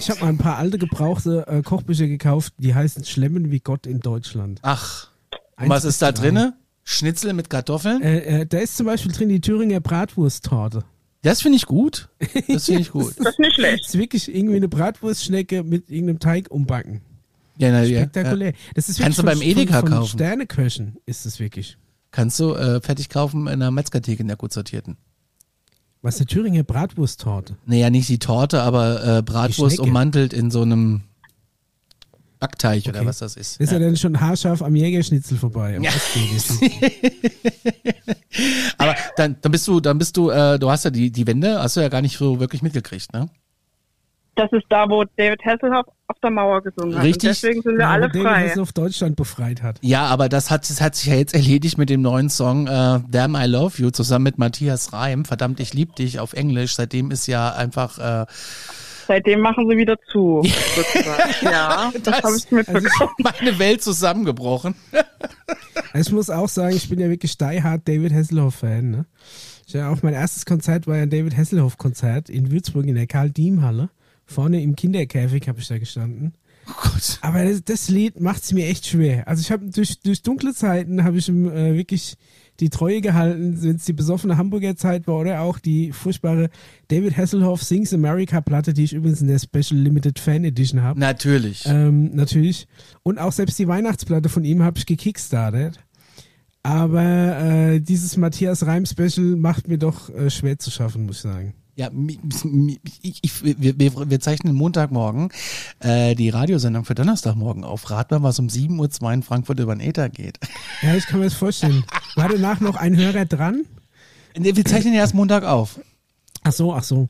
Ich habe mal ein paar alte gebrauchte äh, Kochbücher gekauft, die heißen Schlemmen wie Gott in Deutschland. Ach. Und Eins was bis ist da drei. drinne? Schnitzel mit Kartoffeln? Äh, äh, da ist zum Beispiel drin die Thüringer Bratwursttorte. Das finde ich gut. Das finde ich <laughs> gut. Das ist nicht schlecht. Das ist wirklich irgendwie eine Bratwurstschnecke mit irgendeinem Teig umbacken. Ja, na, ja, ja. Spektakulär. Das ist Kannst wirklich du beim von- Edeka von, von kaufen. Sterneköchen ist es wirklich. Kannst du äh, fertig kaufen in einer Metzgertheke in der gut sortierten. Was eine Thüringer Bratwursttorte? Naja, nicht die Torte, aber äh, Bratwurst Schnecke. ummantelt in so einem Backteig oder Okay. was das ist. Ist ja. dann schon haarscharf am Jägerschnitzel vorbei. Am Ja. <laughs> Ostjägerschnitzel. Aber dann, dann bist du, dann bist du, äh, du hast ja die, die Wende, hast du ja gar nicht so wirklich mitgekriegt, ne? Das ist da, wo David Hasselhoff auf der Mauer gesungen hat. Richtig. Und deswegen sind wir Ja, alle der, frei. Der auf Deutschland befreit hat. Ja, aber das hat, das hat sich ja jetzt erledigt mit dem neuen Song äh, Damn I Love You zusammen mit Matthias Reim. Verdammt, ich lieb dich auf Englisch. Seitdem ist ja einfach äh, <laughs> Seitdem machen sie wieder zu. sozusagen. <laughs> ja, das Das- also habe ich mitbekommen. meine Welt zusammengebrochen. Ich muss auch sagen, ich bin ja wirklich diehard David Hasselhoff-Fan. Ne? Ich Ich war auf mein erstes Konzert war ein David Hasselhoff-Konzert in Würzburg in der Karl-Diem-Halle. Vorne im Kinderkäfig habe ich da gestanden. Oh Gott. Aber das, das Lied macht es mir echt schwer. Also ich habe durch, durch dunkle Zeiten habe ich ihm äh, wirklich die Treue gehalten, wenn es die besoffene Hamburger Zeit war oder auch die furchtbare David Hasselhoff Sings America Platte, die ich übrigens in der Special Limited Fan Edition habe. Natürlich. Ähm, natürlich. Und auch selbst die Weihnachtsplatte von ihm habe ich gekickstartet. Aber äh, dieses Matthias Reim Special macht mir doch äh, schwer zu schaffen, muss ich sagen. Ja, mi- mi- ich, ich, wir, wir, wir zeichnen Montagmorgen äh, die Radiosendung für Donnerstagmorgen auf. Rat mal, was um 7.02 Uhr in Frankfurt über den Äther geht. <laughs> Ja, ich kann mir das <laughs> vorstellen. War danach noch ein Hörer dran? Nee, wir zeichnen ja erst Montag auf. Ach so, ach so.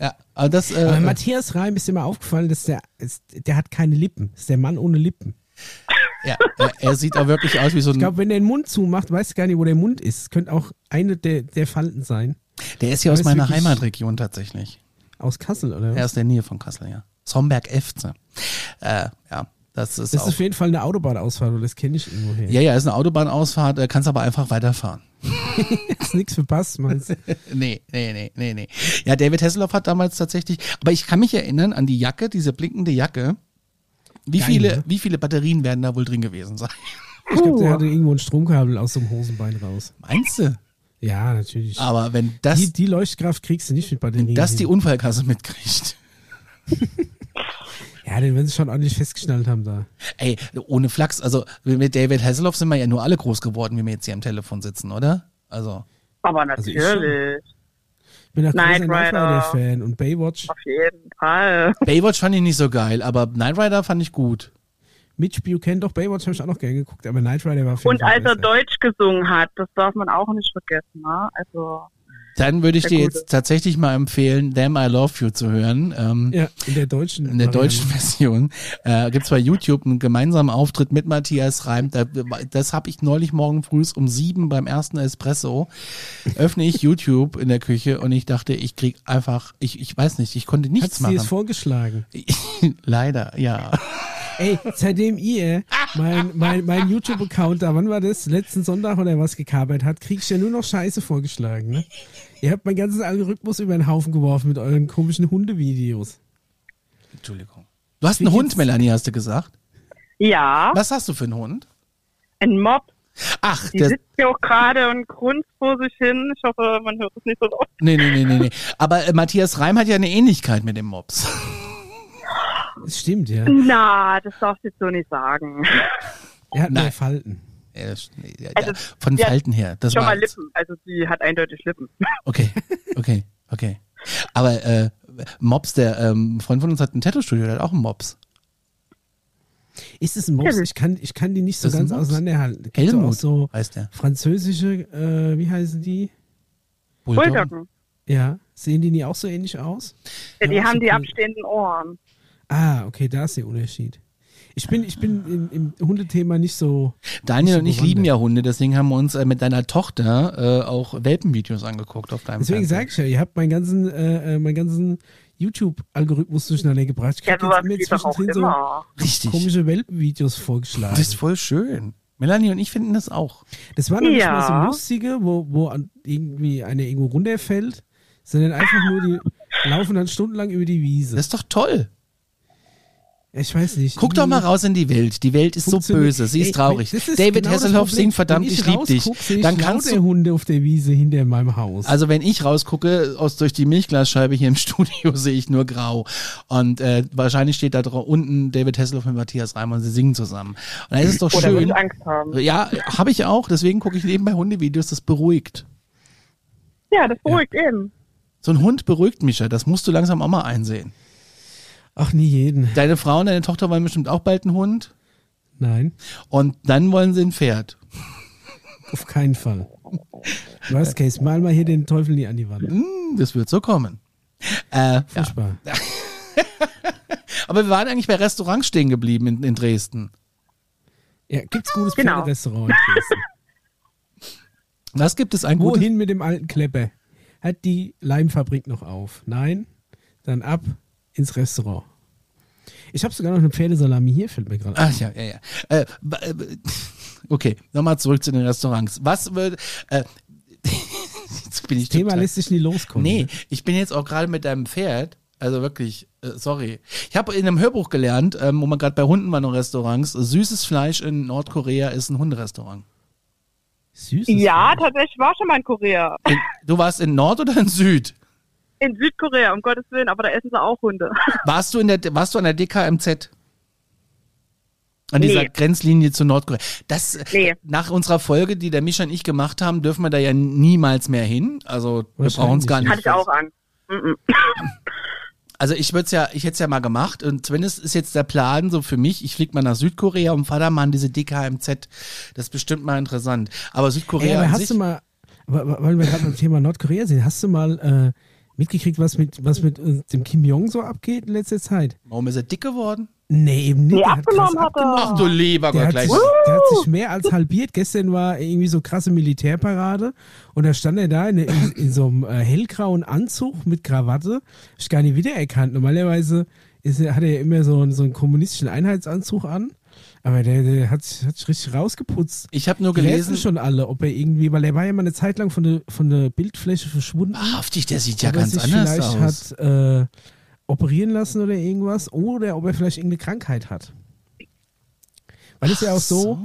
Ja, aber das, Aber äh, Matthias Reim ist dir mal aufgefallen, dass der, ist, der hat keine Lippen. Ist der Mann ohne Lippen. ja, er, er sieht auch wirklich aus wie so ein. Ich glaube, wenn der den Mund zumacht, weißt du gar nicht, wo der Mund ist. Könnte auch eine der, der Falten sein. der ist ja aus weiß meiner wirklich- Heimatregion tatsächlich. Aus Kassel, oder? Er ist der Nähe von Kassel, ja. Somberg-Efze. Äh, ja, das ist das auch. ist auf jeden Fall eine Autobahnausfahrt, oder das kenne ich irgendwoher. ja, ja, ist eine Autobahnausfahrt, äh, kannst aber einfach weiterfahren. <laughs> Ist nichts verpasst, meinst du? Nee, nee, nee, nee, nee. Ja, David Hasselhoff hat damals tatsächlich, aber ich kann mich erinnern an die Jacke, diese blinkende Jacke. Wie Geil, viele, ne? wie viele Batterien werden da wohl drin gewesen sein? Ich glaube, der hatte irgendwo ein Stromkabel aus dem Hosenbein raus. <laughs> Meinst du? Ja, natürlich. Aber wenn Ah, das, die, die Leuchtkraft kriegst du nicht mit Batterien. wenn das die hin. Unfallkasse mitkriegt. ja, den werden sie schon ordentlich festgeschnallt haben da. Ey, ohne Flachs, also mit David Hasselhoff sind wir ja nur alle groß geworden, wie wir jetzt hier am Telefon sitzen, oder? Also, Aber ich natürlich, schon. Ich bin auch Knight großer Knight Rider. Rider-Fan und Baywatch. auf jeden Fall. Baywatch fand ich nicht so geil, aber Knight Rider fand ich gut. Mitch Buchanan, doch Baywatch habe ich auch noch gerne geguckt, aber Knight Rider war auf jeden Und Fall als er also- besser. Deutsch gesungen hat, das darf man auch nicht vergessen, ne? Also, Dann würde ich Der dir Gute. jetzt tatsächlich mal empfehlen, Damn I Love You zu hören. Ähm, Ja, in der deutschen. In der Variante. deutschen <laughs> Version äh, gibt's bei YouTube einen gemeinsamen Auftritt mit Matthias Reim. Da, das habe ich neulich morgen früh um sieben beim ersten Espresso. Öffne ich YouTube in der Küche und ich dachte, ich krieg einfach, ich, ich weiß nicht, ich konnte Hat nichts sie es machen. vorgeschlagen? <laughs> Leider, ja. Ey, seitdem ihr mein, mein, mein YouTube-Account da, wann war das? Letzten Sonntag oder was gekabert hat, krieg ich ja nur noch Scheiße vorgeschlagen, ne? Ihr habt mein ganzes Algorithmus über den Haufen geworfen mit euren komischen Hundevideos. Entschuldigung. Du hast einen Wie Hund, geht's? Melanie, hast du gesagt. ja, Was hast du für einen Hund? ein Mob, Ach, die der, sitzt hier auch gerade und grunzt vor sich hin. Ich hoffe, man hört es nicht so laut. nee, nee, nee, nee, nee. Aber äh, Matthias Reim hat ja eine Ähnlichkeit mit dem Mops. Das stimmt, ja. Hm. Na, das darfst du jetzt so nicht sagen. Er hat Nein. mehr Falten. Ja, nee, ja, Also, ja, Von ja, Falten her. Das Schon war mal Lippen, also die hat eindeutig Lippen. <laughs> Okay, okay, okay. Aber äh, Mops, der ähm, Freund von uns hat ein Tattoo-Studio, der hat auch einen Mops. Ist es ein Mops? Ja. Ich kann, ich kann die nicht so Das ist ein ganz Mops. auseinanderhalten. Gibt Helmut So, auch so heißt der. französische, äh, wie heißen die? Bulldoggen. Ja. Sehen die nie auch so ähnlich aus? Ja, die Ja, haben die super. abstehenden Ohren. Ah, okay, da ist der Unterschied. Ich bin, ich bin im, im Hundethema nicht so. Daniel und ich bewandert. lieben ja Hunde, deswegen haben wir uns äh, mit deiner Tochter äh, auch Welpenvideos angeguckt auf deinem Deswegen Fernseher. sage ich ja, ihr habt meinen ganzen, äh, äh, meinen ganzen YouTube-Algorithmus durcheinander gebracht. Ich Ja, krieg sowas jetzt immer geht doch auch zwischendrin so immer. Richtig. komische Welpenvideos vorgeschlagen. Das ist Das, voll schön. Melanie und ich finden das auch. waren doch nicht Ja. mal so lustige, wo, wo an, irgendwie eine irgendwo runterfällt, sondern einfach nur <laughs> die laufen dann stundenlang über die Wiese. Das ist doch toll. ich weiß nicht. Hm. Guck doch mal raus in die Welt. Die Welt ist so Funktioniert- böse. Sie Ey, ist traurig. das ist David genau das Hasselhoff Problem. singt verdammt, Wenn ich, lieb dich. rausguck, sehe ich Dann kannst lauter du, Hunde auf der Wiese hinter meinem Haus. also wenn ich rausgucke aus durch die Milchglasscheibe hier im <laughs> Studio, sehe ich nur grau. Und äh, wahrscheinlich steht da dra- unten David Hasselhoff mit Matthias Reimer und sie singen zusammen. Und dann ist es doch Oder schön. würde Angst haben. Ja, habe ich auch. Deswegen gucke ich nebenbei Hundevideos. Das beruhigt. Ja, das beruhigt eben. So ein Hund beruhigt mich ja. Das musst du langsam auch mal einsehen. Ach, nie jeden. Deine Frau und deine Tochter wollen bestimmt auch bald einen Hund. Nein. Und dann wollen sie ein Pferd. Auf keinen Fall. <laughs> Worst case, mal mal hier den Teufel nie an die Wand. Hm, Das wird so kommen. Äh, ja. Furchtbar. Aber wir waren eigentlich bei Restaurants stehen geblieben in, in Dresden. Ja, gibt's gutes Genau. Pferderestaurant in Dresden? Was gibt es ein gutes? Wohin mit dem alten Klepper? Hat die Leimfabrik noch auf? Nein? Dann ab ins Restaurant. Ich habe sogar noch eine Pferdesalami hier, fällt mir gerade ein. Ach ja, ja, ja. Äh, wa- äh, okay, nochmal zurück zu den Restaurants. Was wird. Äh, <laughs> Jetzt bin ich Das Thema total- lässt sich nie loskommen. Nee, ne? ich bin jetzt auch gerade mit deinem Pferd. Also wirklich, äh, sorry. Ich habe in einem Hörbuch gelernt, ähm, wo man gerade bei Hunden waren und Restaurants, süßes Fleisch in Nordkorea ist ein Hunderestaurant. Süßes Ja, Fleisch. tatsächlich war schon mal in Korea. In, du warst in Nord oder in Süd? In Südkorea, um Gottes Willen, aber da essen sie auch Hunde. Warst du, in der, warst du an der DKMZ? An Nee. dieser Grenzlinie zu Nordkorea. Das, äh, Nee. Nach unserer Folge, die der Mischa und ich gemacht haben, dürfen wir da ja niemals mehr hin. Also wir Wahrscheinlich. brauchen es gar nicht. <laughs> Hatte ich auch Angst. Mhm. Also ich würde ja, ich hätte es ja mal gemacht und zumindest ist jetzt der Plan so für mich, ich flieg mal nach Südkorea und fahr da mal an diese DKMZ. Das ist bestimmt mal interessant. Aber Ey, Südkorea aber an hast sich, du mal, aber- aber- weil wir gerade beim Thema Nordkorea sind, hast du mal äh, mitgekriegt, was mit, was mit äh, dem Kim Jong so abgeht in letzter Zeit? warum ist er dick geworden? Nee, eben nicht. Nee, Der hat krass abgenommen hat er. Ach du lieber Oh. Gott, Der hat, gleich. sich, der hat sich mehr als halbiert. Gestern war irgendwie so krasse Militärparade und da stand er da in, in, in so einem äh, hellgrauen Anzug mit Krawatte. Hab Ich gar nicht wiedererkannt. Normalerweise ist, er- hat er ja immer so einen, so einen kommunistischen Einheitsanzug an, aber der, der hat, sich- hat sich richtig rausgeputzt. Ich habe nur Die Gelesen gelesen, schon alle, ob er irgendwie, weil er war ja mal eine Zeit lang von der, von der Bildfläche verschwunden. wahrhaftig, der sieht ja ob er ganz sich anders vielleicht aus. hat äh, operieren lassen oder irgendwas oder ob er vielleicht irgendeine Krankheit hat. Weil es ja auch so,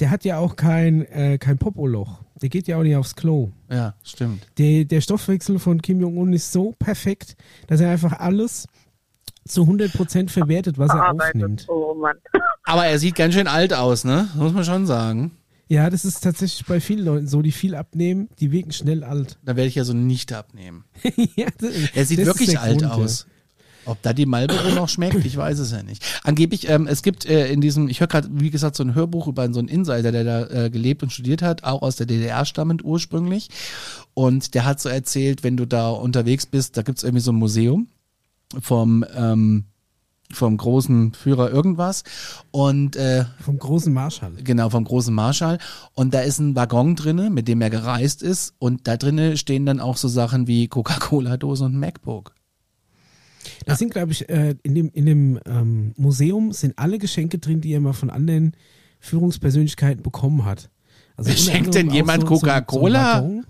der hat ja auch kein, äh, kein Popoloch. Der geht ja auch nicht aufs Klo. Ja, stimmt. Der, der Stoffwechsel von Kim Jong-un ist so perfekt, dass er einfach alles zu 100% verwertet, was er Verarbeitet. aufnimmt. Oh Mann. <clears throat> Aber er sieht ganz schön alt aus, ne? Muss man schon sagen. Ja, das ist tatsächlich bei vielen Leuten so, die viel abnehmen, die wirken schnell alt. <laughs> Da werde ich ja so nicht abnehmen. ja, das, Er sieht das ist wirklich der alt Grund, ja. aus. Ob da die Marlboro noch schmeckt, ich weiß es ja nicht. Angeblich, ähm, es gibt äh, in diesem, ich höre gerade, wie gesagt, so ein Hörbuch über so einen Insider, der da äh, gelebt und studiert hat, auch aus der DDR stammend ursprünglich. Und der hat so erzählt, wenn du da unterwegs bist, da gibt's irgendwie so ein Museum vom, ähm, vom großen Führer irgendwas. Und äh, Vom großen Marschall. Genau, vom großen Marschall. Und da ist ein Waggon drinne, mit dem er gereist ist. Und da drinne stehen dann auch so Sachen wie Coca-Cola-Dose und ein MacBook. Da sind, glaube ich, äh, in dem, in dem ähm, Museum sind alle Geschenke drin, die er mal von anderen Führungspersönlichkeiten bekommen hat. Also unter Schenkt anderem denn auch jemand Coca-Cola? So, so, ein Waggon.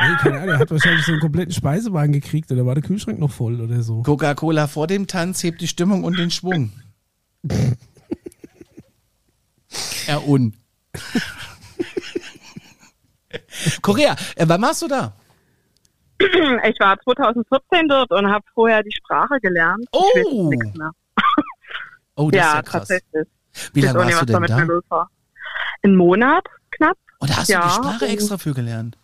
nee, keine Ahnung, er hat wahrscheinlich so einen kompletten Speisewagen gekriegt oder war der Kühlschrank noch voll oder so. Coca-Cola vor dem Tanz hebt die Stimmung und den Schwung. <laughs> er un. <laughs> Korea, äh, wann warst du da? Ich war 2014 dort und habe vorher die Sprache gelernt. Oh. Ich weiß nichts mehr. Oh, das Ja, ist ja krass. tatsächlich. Wie Ich weiß lange auch nicht, warst du was denn damit da? mir los war. Ein Monat knapp. Und hast du Ja. die Sprache extra für gelernt?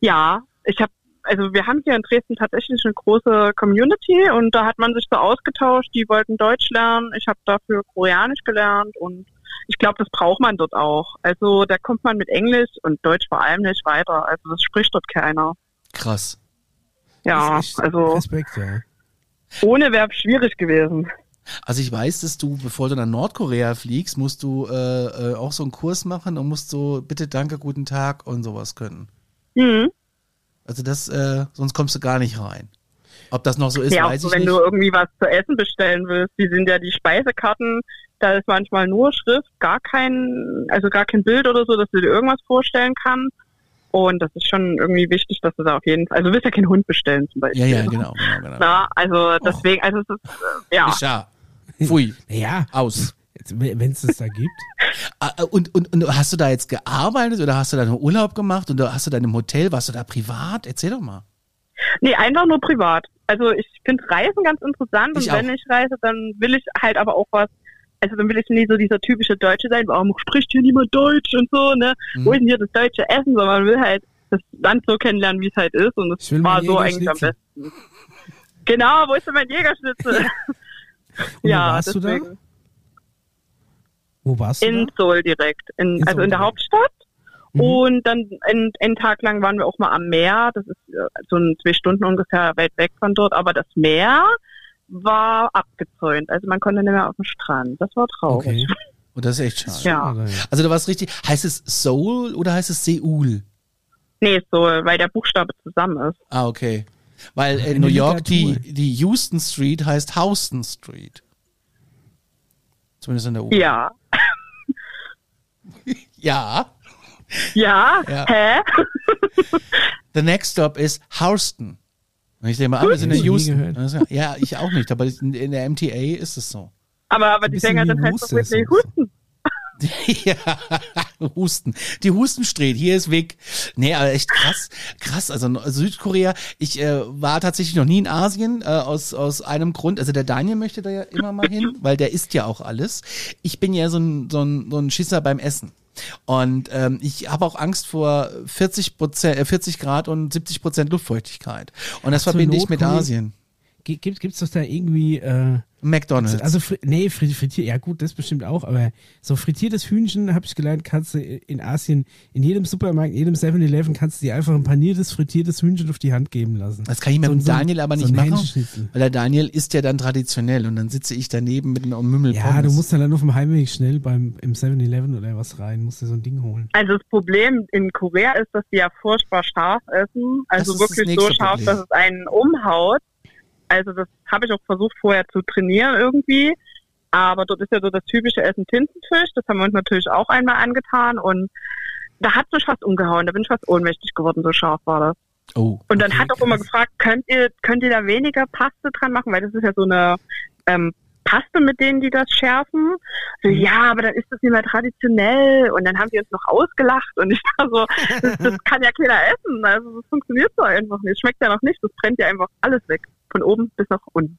Ja, ich habe, also wir haben hier in Dresden tatsächlich eine große Community und da hat man sich so ausgetauscht. Die wollten Deutsch lernen, ich habe dafür Koreanisch gelernt und ich glaube, das braucht man dort auch. Also da kommt man mit Englisch und Deutsch vor allem nicht weiter. Also das spricht dort keiner. Krass. Ja, Das ist echt also Respekt, ja. ohne Verb schwierig gewesen. Also ich weiß, dass du, bevor du nach Nordkorea fliegst, musst du äh, äh, auch so einen Kurs machen und musst so bitte, danke, guten Tag und sowas können. Hm. Also das, äh, sonst kommst du gar nicht rein. Ob das noch so ist, Ja, auch weiß so, ich wenn nicht. du irgendwie was zu essen bestellen willst, die sind ja die Speisekarten, da ist manchmal nur Schrift, gar kein, also gar kein Bild oder so, dass du dir irgendwas vorstellen kannst. Und das ist schon irgendwie wichtig, dass du da auf jeden Fall, also du willst ja keinen Hund bestellen zum Beispiel. ja, ja, genau, genau, genau. Na, also deswegen, also es ist, äh, ja. Mischa. Pfui, Naja, aus. wenn es das da gibt. Ah, ah, Und, und, und hast du da jetzt gearbeitet oder hast du da einen Urlaub gemacht oder hast du da in einem Hotel, warst du da privat? Erzähl doch mal. Nee, einfach nur privat. Also ich finde Reisen ganz interessant Ich und wenn auch. ich reise, dann will ich halt aber auch was, also dann will ich nie so dieser typische Deutsche sein, warum spricht hier niemand Deutsch und so, ne? Mhm. Wo ist denn hier das deutsche Essen, sondern man will halt das Land so kennenlernen, wie es halt ist und das Ich will war meinen so eigentlich am Jägerschnitzel. besten. Genau, wo ist denn mein <laughs> Jägerschnitzel? wo ja, warst du da? deswegen. Wo warst du In da? Seoul direkt, in, In also Seoul in der direkt. Hauptstadt. Mhm. Und dann ein- einen Tag lang waren wir auch mal am Meer. Das ist äh, so ein, zwei Stunden ungefähr weit weg von dort. Aber das Meer war abgezäunt. Also man konnte nicht mehr auf den Strand. Das war traurig. Okay. Und das ist echt schade. Ja. Oder? Also du warst richtig, heißt es Seoul oder heißt es Seoul? Nee, so, weil der Buchstabe zusammen ist. Ah, okay. Weil in Eine New York die, Literatur. die Houston Street heißt Houston Street. Zumindest in der U. Ja. Ja. Ja? Ja. Hä? the next stop is Houston. Und ich denke mal, ah, wir sind in Hab ich noch nie Houston. gehört. Und ich sag, Ja, ich auch nicht, aber in in der MTA ist es so. <laughs> Aber, aber die bisschen Sänger wie sind halt Husten so Whitney ist das. <laughs> Houston. ja, Husten. Die Hustenstreet, hier ist weg. Nee, aber echt krass. Krass, also no- Südkorea, ich äh, war tatsächlich noch nie in Asien äh, aus, aus einem Grund. Also der Daniel möchte da ja immer mal hin, weil der isst ja auch alles. Ich bin ja so ein, so ein, so ein Schisser beim Essen. Und ähm, ich habe auch Angst vor 40, Prozent, äh, 40 Grad und 70 Prozent Luftfeuchtigkeit. Und das Ach, zur verbinde ich Not mit kommen die- Asien. Gibt, gibt's doch da irgendwie, äh, McDonalds. also, fri nee, fri- frittiert, ja gut, das bestimmt auch, aber so frittiertes Hühnchen, habe ich gelernt, kannst du in Asien, in jedem Supermarkt, in jedem 7-Eleven, kannst du dir einfach ein paniertes, frittiertes Hühnchen auf die Hand geben lassen. Das kann ich mit So ein- dem so ein- Daniel aber so nicht ein machen, Hähnchenschnitzel. weil der Daniel ist ja dann traditionell und dann sitze ich daneben mit einem Mümmel. Ja, du musst dann, dann auf dem Heimweg schnell beim, im 7-Eleven oder was rein, musst dir so ein Ding holen. Also das Problem in Korea ist, dass die ja furchtbar scharf essen. Also ist das wirklich so nächste scharf, Problem. dass es einen umhaut. Also das habe ich auch versucht vorher zu trainieren irgendwie. Aber dort ist ja so das typische Essen Tintenfisch. Das haben wir uns natürlich auch einmal angetan. Und da hat mich fast umgehauen. Da bin ich fast ohnmächtig geworden, so scharf war das. Oh. Und dann Okay, hat auch immer krass. gefragt, könnt ihr, könnt ihr da weniger Paste dran machen? Weil das ist ja so eine ähm, Paste, mit denen die das schärfen. Mhm. So, ja, aber dann ist das nicht mehr traditionell. Und dann haben die uns noch ausgelacht. Und ich war so, <laughs> das, das kann ja keiner essen. Also das funktioniert so einfach nicht. Schmeckt ja noch nicht. Das brennt ja einfach alles weg. Von oben bis nach unten.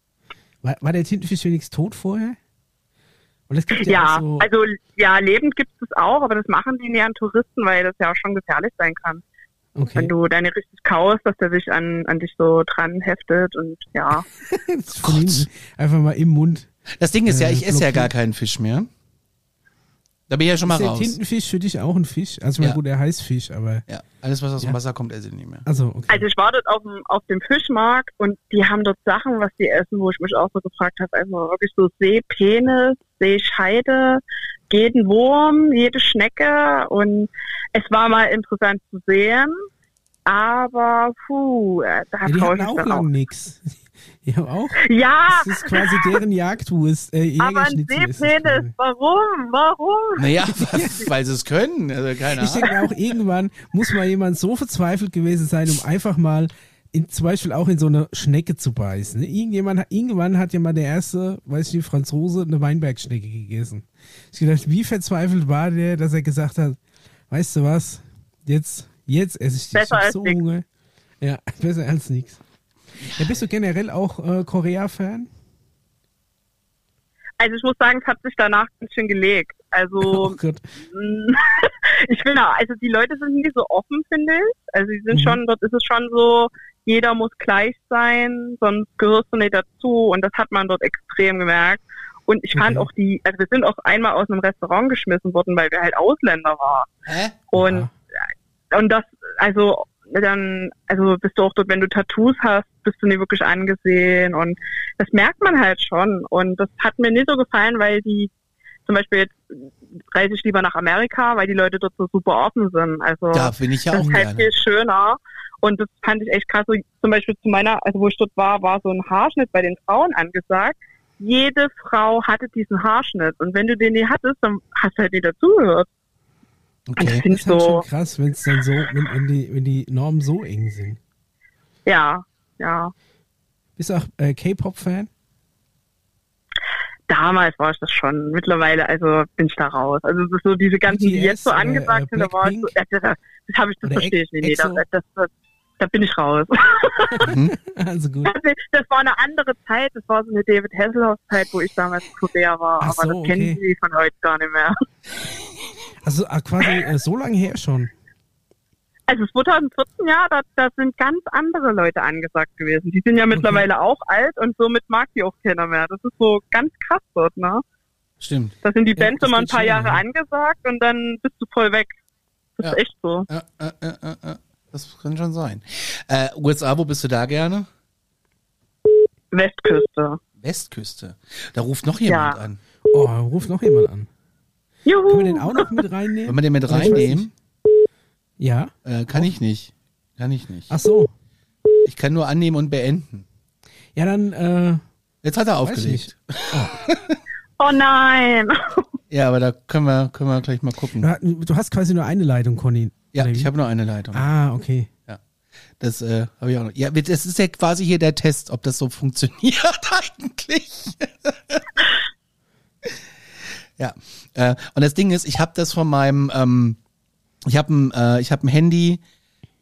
War, war der Tintenfisch wenigstens tot vorher? Und es gibt ja, Ja, auch so, also ja, lebend gibt es das auch, aber das machen die näheren Touristen, weil das ja auch schon gefährlich sein kann. Wenn okay. du deine richtig kaust, dass der sich an, an dich so dran heftet und ja. <laughs> Jetzt von hinten Einfach mal im Mund. Das Ding ist ja, Äh, ich esse ja blockiert. gar keinen Fisch mehr. Da bin ich ja schon mal ist der raus. Tintenfisch für dich auch ein Fisch? Also, ich Ja. meine, gut, er heißt Fisch, aber. Ja, alles, was aus Ja. dem Wasser kommt, esse ich nicht mehr. Also, okay. Also ich war dort auf dem, auf dem Fischmarkt und die haben dort Sachen, was die essen, wo ich mich auch so gefragt habe, also wirklich so Seepenis, Seescheide, jeden Wurm, jede Schnecke und es war mal interessant zu sehen, aber puh, äh, da ja, die traue haben ich mich auch dann auch. lang nix. <laughs> Die haben auch. Ja, Das ist quasi deren Jagdwurst. Äh, aber ein Jägerschnitzel ist es Seepenis, quasi. warum, <laughs> warum? Naja, weil sie es können. Also keine Ich Ahnung. denke auch, irgendwann muss mal jemand so verzweifelt gewesen sein, um einfach mal in, zum Beispiel auch in so eine Schnecke zu beißen. ne? Irgendjemand, hat- irgendwann hat ja mal der erste, weiß ich nicht, Franzose, eine Weinbergschnecke gegessen. Ich hab gedacht, wie verzweifelt war der, dass er gesagt hat, weißt du was, jetzt, jetzt esse ich dich. Besser ich hab als so nix. Hunger. Ja, <laughs> besser als nichts. Ja, bist du generell auch äh, Korea-Fan? Also ich muss sagen, es hat sich danach ganz schön gelegt. <laughs> Also Oh Gott. <laughs> ich will auch, also die Leute sind nicht so offen, finde ich. Also die sind Mhm. schon, dort ist es schon so, jeder muss gleich sein, sonst gehörst du nicht dazu und das hat man dort extrem gemerkt. Und ich Okay. fand auch die, also wir sind auch einmal aus einem Restaurant geschmissen worden, weil wir halt Ausländer waren. Hä? Und Ja. und das, also dann, also bist du auch dort, wenn du Tattoos hast, bist du nie wirklich angesehen und das merkt man halt schon und das hat mir nicht so gefallen, weil die zum Beispiel jetzt reise ich lieber nach Amerika, weil die Leute dort so super offen sind. Also Da bin ich ja das auch ist halt gerne. viel schöner. Und das fand ich echt krass. So, zum Beispiel zu meiner, also wo ich dort war, war so ein Haarschnitt bei den Frauen angesagt. Jede Frau hatte diesen Haarschnitt. Und wenn du den nie hattest, dann hast du halt nie dazugehört. Und das Okay. finde Das ich ist halt so, schon krass, wenn es dann so, wenn, wenn, die, wenn die Normen so eng sind. ja, ja. Bist du auch äh, K-Pop-Fan? <laughs> Damals war ich das schon. Mittlerweile, also bin ich da raus. Also es ist so diese ganzen, die BTS jetzt so oder, angesagt äh, sind, da war ich so, äh, das, das habe ich, das Oder verstehe ich Ex- nicht. Nee, da, Exo? das, das, da bin ich raus. <laughs> Also gut. Das war eine andere Zeit, das war so eine David Hasselhoff-Zeit, wo ich damals in Korea war, Ach aber so, das okay. kennen die von heute gar nicht mehr. Also äh, quasi äh, so lange her schon. Also 2014, ja, da, da sind ganz andere Leute angesagt gewesen. Die sind ja mittlerweile auch alt und somit mag die auch keiner mehr. Das ist so ganz krass dort, ne? Stimmt. Da sind die Ja, Bands das immer ein geht paar schnell, Jahre ja. angesagt und dann bist du voll weg. Das Ja. ist echt so. Äh, äh, äh, äh, äh. Das kann schon sein. Äh, USA, wo bist du da gerne? Westküste. Westküste. Da ruft noch jemand Ja. an. Oh, ruft noch jemand an. Können wir den Juhu! auch noch mit Wenn reinnehmen? wir den mit Ich weiß reinnehmen, Ja. äh, kann ich nicht. Kann ich nicht. Ach so. Ich kann nur annehmen und beenden. Ja, dann äh, Jetzt hat er weiß ich aufgelegt. nicht. Oh nein! Ja, aber da können wir, können wir gleich mal gucken. Du hast- Du hast quasi nur eine Leitung, Conny. Ja, Oder wie? ich habe nur eine Leitung. Ah, okay. Das äh, habe ich auch noch. Ja, das ist ja quasi hier der Test, ob das so funktioniert <laughs> eigentlich. ja. Äh, und das Ding ist, ich habe das von meinem, ähm, ich habe ein, äh, ich habe ein Handy,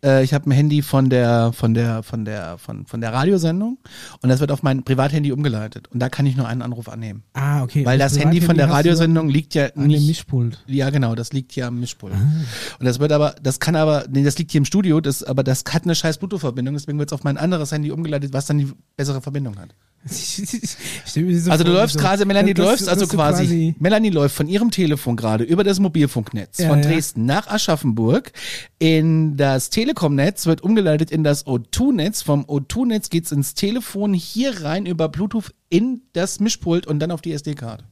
äh, ich habe ein Handy von der, von der, von der, von, von der Radiosendung und das wird auf mein Privathandy umgeleitet und da kann ich nur einen Anruf annehmen. Ah, okay. Weil Und das Handy von der hast du Radiosendung liegt ja An dem nicht. Ah. Mischpult. <laughs> Ja, genau, das liegt hier am Mischpult. Und das wird aber, das kann aber, nee, das liegt hier im Studio, das, aber das hat eine scheiß Bluetooth-Verbindung, deswegen wird es auf mein anderes Handy umgeleitet, was dann die bessere Verbindung hat. Also du läufst gerade, Melanie, du läufst also quasi, Melanie läuft von ihrem Telefon gerade über das Mobilfunknetz Ja, von ja. Dresden nach Aschaffenburg in das Telekom-Netz, wird umgeleitet in das O2-Netz, vom O2-Netz geht's ins Telefon hier rein über Bluetooth in das Mischpult und dann auf die SD-Karte.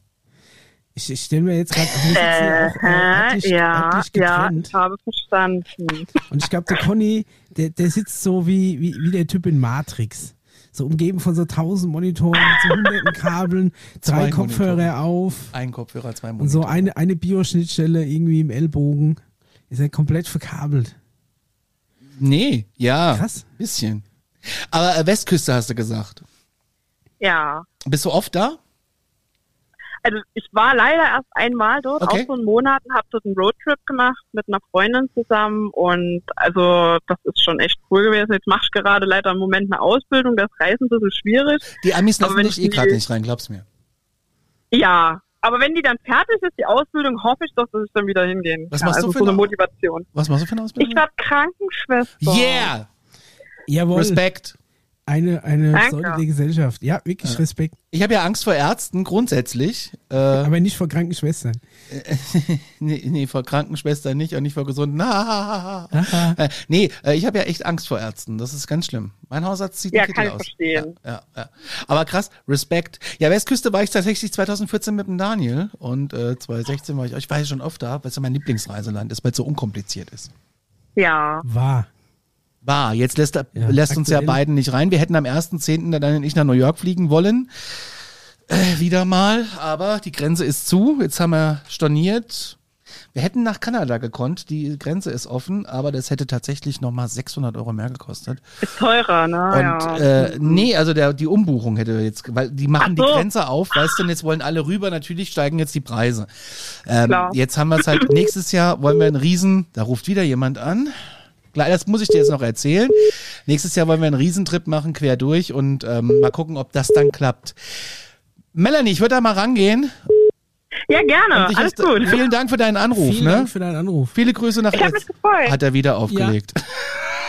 Ich, ich stelle mir jetzt gerade, also wir sitzen <laughs> ja auch äh, örtlich, ja, örtlich ja, getrennt. ich habe verstanden. <laughs> Und ich glaube, der Conny, der, der sitzt so wie, wie, wie der Typ in Matrix. So umgeben von so tausend Monitoren, so hunderten <laughs> Kabeln, Zwei zwei Monitore. Kopfhörer auf Ein Kopfhörer, zwei und Monitore. so eine, eine Bioschnittstelle irgendwie im Ellbogen. Ist er komplett verkabelt. Nee, ja. Krass. Bisschen. Aber äh, Westküste hast du gesagt. Ja. Bist du oft da? Also ich war leider erst einmal dort, Okay. auch so einen Monat, habe dort einen Roadtrip gemacht mit einer Freundin zusammen und also das ist schon echt cool gewesen. Jetzt mache ich gerade leider im Moment eine Ausbildung, das Reisen ist ein bisschen schwierig. Die Amis Aber lassen wenn dich ich eh gerade die- nicht rein, glaub's mir. Ja, aber wenn die dann fertig ist, die Ausbildung, hoffe ich doch, dass ich dann wieder hingehen Was kann. machst du also für so eine- eine Motivation. Was machst du für eine Ausbildung? Ich werde Krankenschwester. yeah! Jawohl. Respekt. Eine, eine Danke. solide Gesellschaft. Ja, wirklich Äh, Respekt. Ich habe ja Angst vor Ärzten grundsätzlich. Äh, Aber nicht vor Krankenschwestern. <laughs> nee, nee, vor Krankenschwestern nicht und nicht vor Gesunden. <laughs> Na, Aha. äh, nee, äh, ich habe ja echt Angst vor Ärzten. Das ist ganz schlimm. Mein Hausarzt sieht Ja, den kann Kittel ich aus. verstehen. Ja, ja, ja. Aber krass, Respekt. Ja, Westküste war ich tatsächlich 2014 mit dem Daniel und äh, 2016 war ich, ich war ja schon oft da, weil es ja mein Lieblingsreiseland ist, weil es so unkompliziert ist. Ja. Wahr. War. Jetzt lässt, er- Ja, lässt uns ja aktuell. beiden nicht rein. Wir hätten am 1.10. dann Daniel und ich nach New York fliegen wollen. Äh, wieder mal. Aber die Grenze ist zu. Jetzt haben wir storniert. Wir hätten nach Kanada gekonnt. Die Grenze ist offen. Aber das hätte tatsächlich nochmal 600 Euro mehr gekostet. Ist teurer, ne? Und ja. mhm. äh, nee, also der, die Umbuchung hätte jetzt, weil die machen Ach die so. Grenze auf, weißt du, und jetzt wollen alle rüber, natürlich steigen jetzt die Preise. Ähm, Klar. jetzt haben wir es halt, nächstes Jahr wollen wir einen Riesen, da ruft wieder jemand an. Klar, das muss ich dir jetzt noch erzählen. Nächstes Jahr wollen wir einen Riesentrip machen, quer durch und ähm, mal gucken, ob das dann klappt. Melanie, ich würde da mal rangehen. ja, gerne. Und dich Ah, Alles erst- gut. äh, Vielen Dank für deinen Anruf. Vielen ne? Dank für deinen Anruf. Viele Grüße nach Ich hab mich Erz- gefreut. Hat er wieder aufgelegt.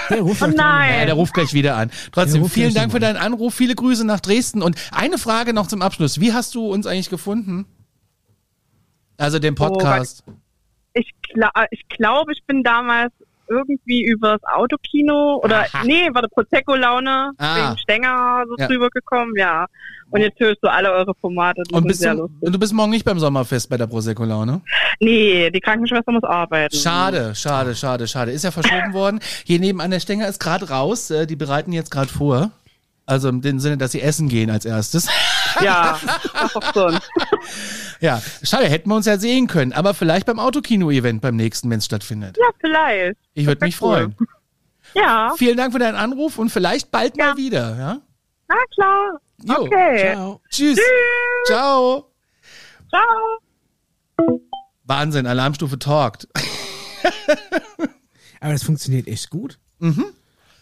Der ruft Oh euch gerne. nein. Ja, der ruft gleich wieder an. Der Trotzdem, ruft vielen gleich Dank für wieder deinen Anruf, viele Grüße nach Dresden. Und eine Frage noch zum Abschluss. Wie hast du uns eigentlich gefunden? Also Oh, den Podcast. ich, gla ich glaube, ich bin damals irgendwie übers Autokino oder Aha. nee, war der Prosecco-Laune Ah. wegen Stenger so Ja. drüber gekommen, ja. Und jetzt hörst du alle eure Formate, die und, sind bist sehr du, lustig. und du bist morgen nicht beim Sommerfest bei der Prosecco-Laune. Nee, die Krankenschwester muss arbeiten. Schade, schade, schade, schade. Ist ja verschoben worden. Hier nebenan der Stenger ist gerade raus. Äh, die bereiten jetzt gerade vor. Also im dem Sinne, dass sie essen gehen als erstes. Ja, was auch sonst. Ja, schade, hätten wir uns ja sehen können. Aber vielleicht beim Autokino-Event beim nächsten, wenn es stattfindet. Ja, vielleicht. Ich würde Das wär mich cool. freuen. Ja, Vielen Dank für deinen Anruf und vielleicht bald mal wieder. Ja? na klar. Jo. Okay. Ciao. Tschüss. Ciao. Ciao. Wahnsinn, Alarmstufe talkt. Aber das funktioniert echt gut. Mhm.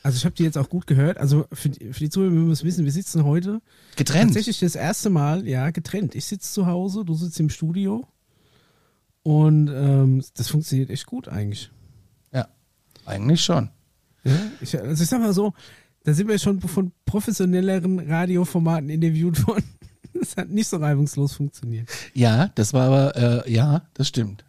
Also ich habe die jetzt auch gut gehört. Also für, die- für die Zuhörer, wir müssen wissen, wir sitzen heute Getrennt. tatsächlich das erste Mal, ja, getrennt. Ich sitze zu Hause, du sitzt im Studio. Und ähm, das funktioniert echt gut eigentlich. Ja, eigentlich schon. Ja? Ich, also ich sag mal so, da sind wir schon von professionelleren Radioformaten interviewt worden. <laughs> Das hat nicht so reibungslos funktioniert. Ja, das war aber, äh, ja, das stimmt.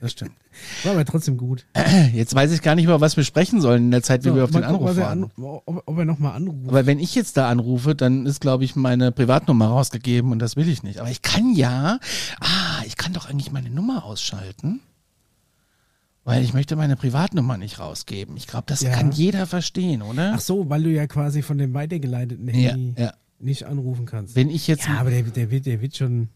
Das stimmt. <clears throat> War aber trotzdem gut. Jetzt weiß ich gar nicht mehr, was wir sprechen sollen in der Zeit, wie wir auf mal den gucken, Anruf ob er an- warten. Ob, ob er nochmal anruft. Aber wenn ich jetzt da anrufe, dann ist, glaube ich, meine Privatnummer rausgegeben und das will ich nicht. Aber ich kann ja, ah, ich kann doch eigentlich meine Nummer ausschalten, weil ich möchte meine Privatnummer nicht rausgeben. Ich glaube, das Ja. kann jeder verstehen, oder? Ach so, weil du ja quasi von dem weitergeleiteten Ja, Handy ja. nicht anrufen kannst. Wenn ich jetzt ja, aber der, der, wird, der wird schon,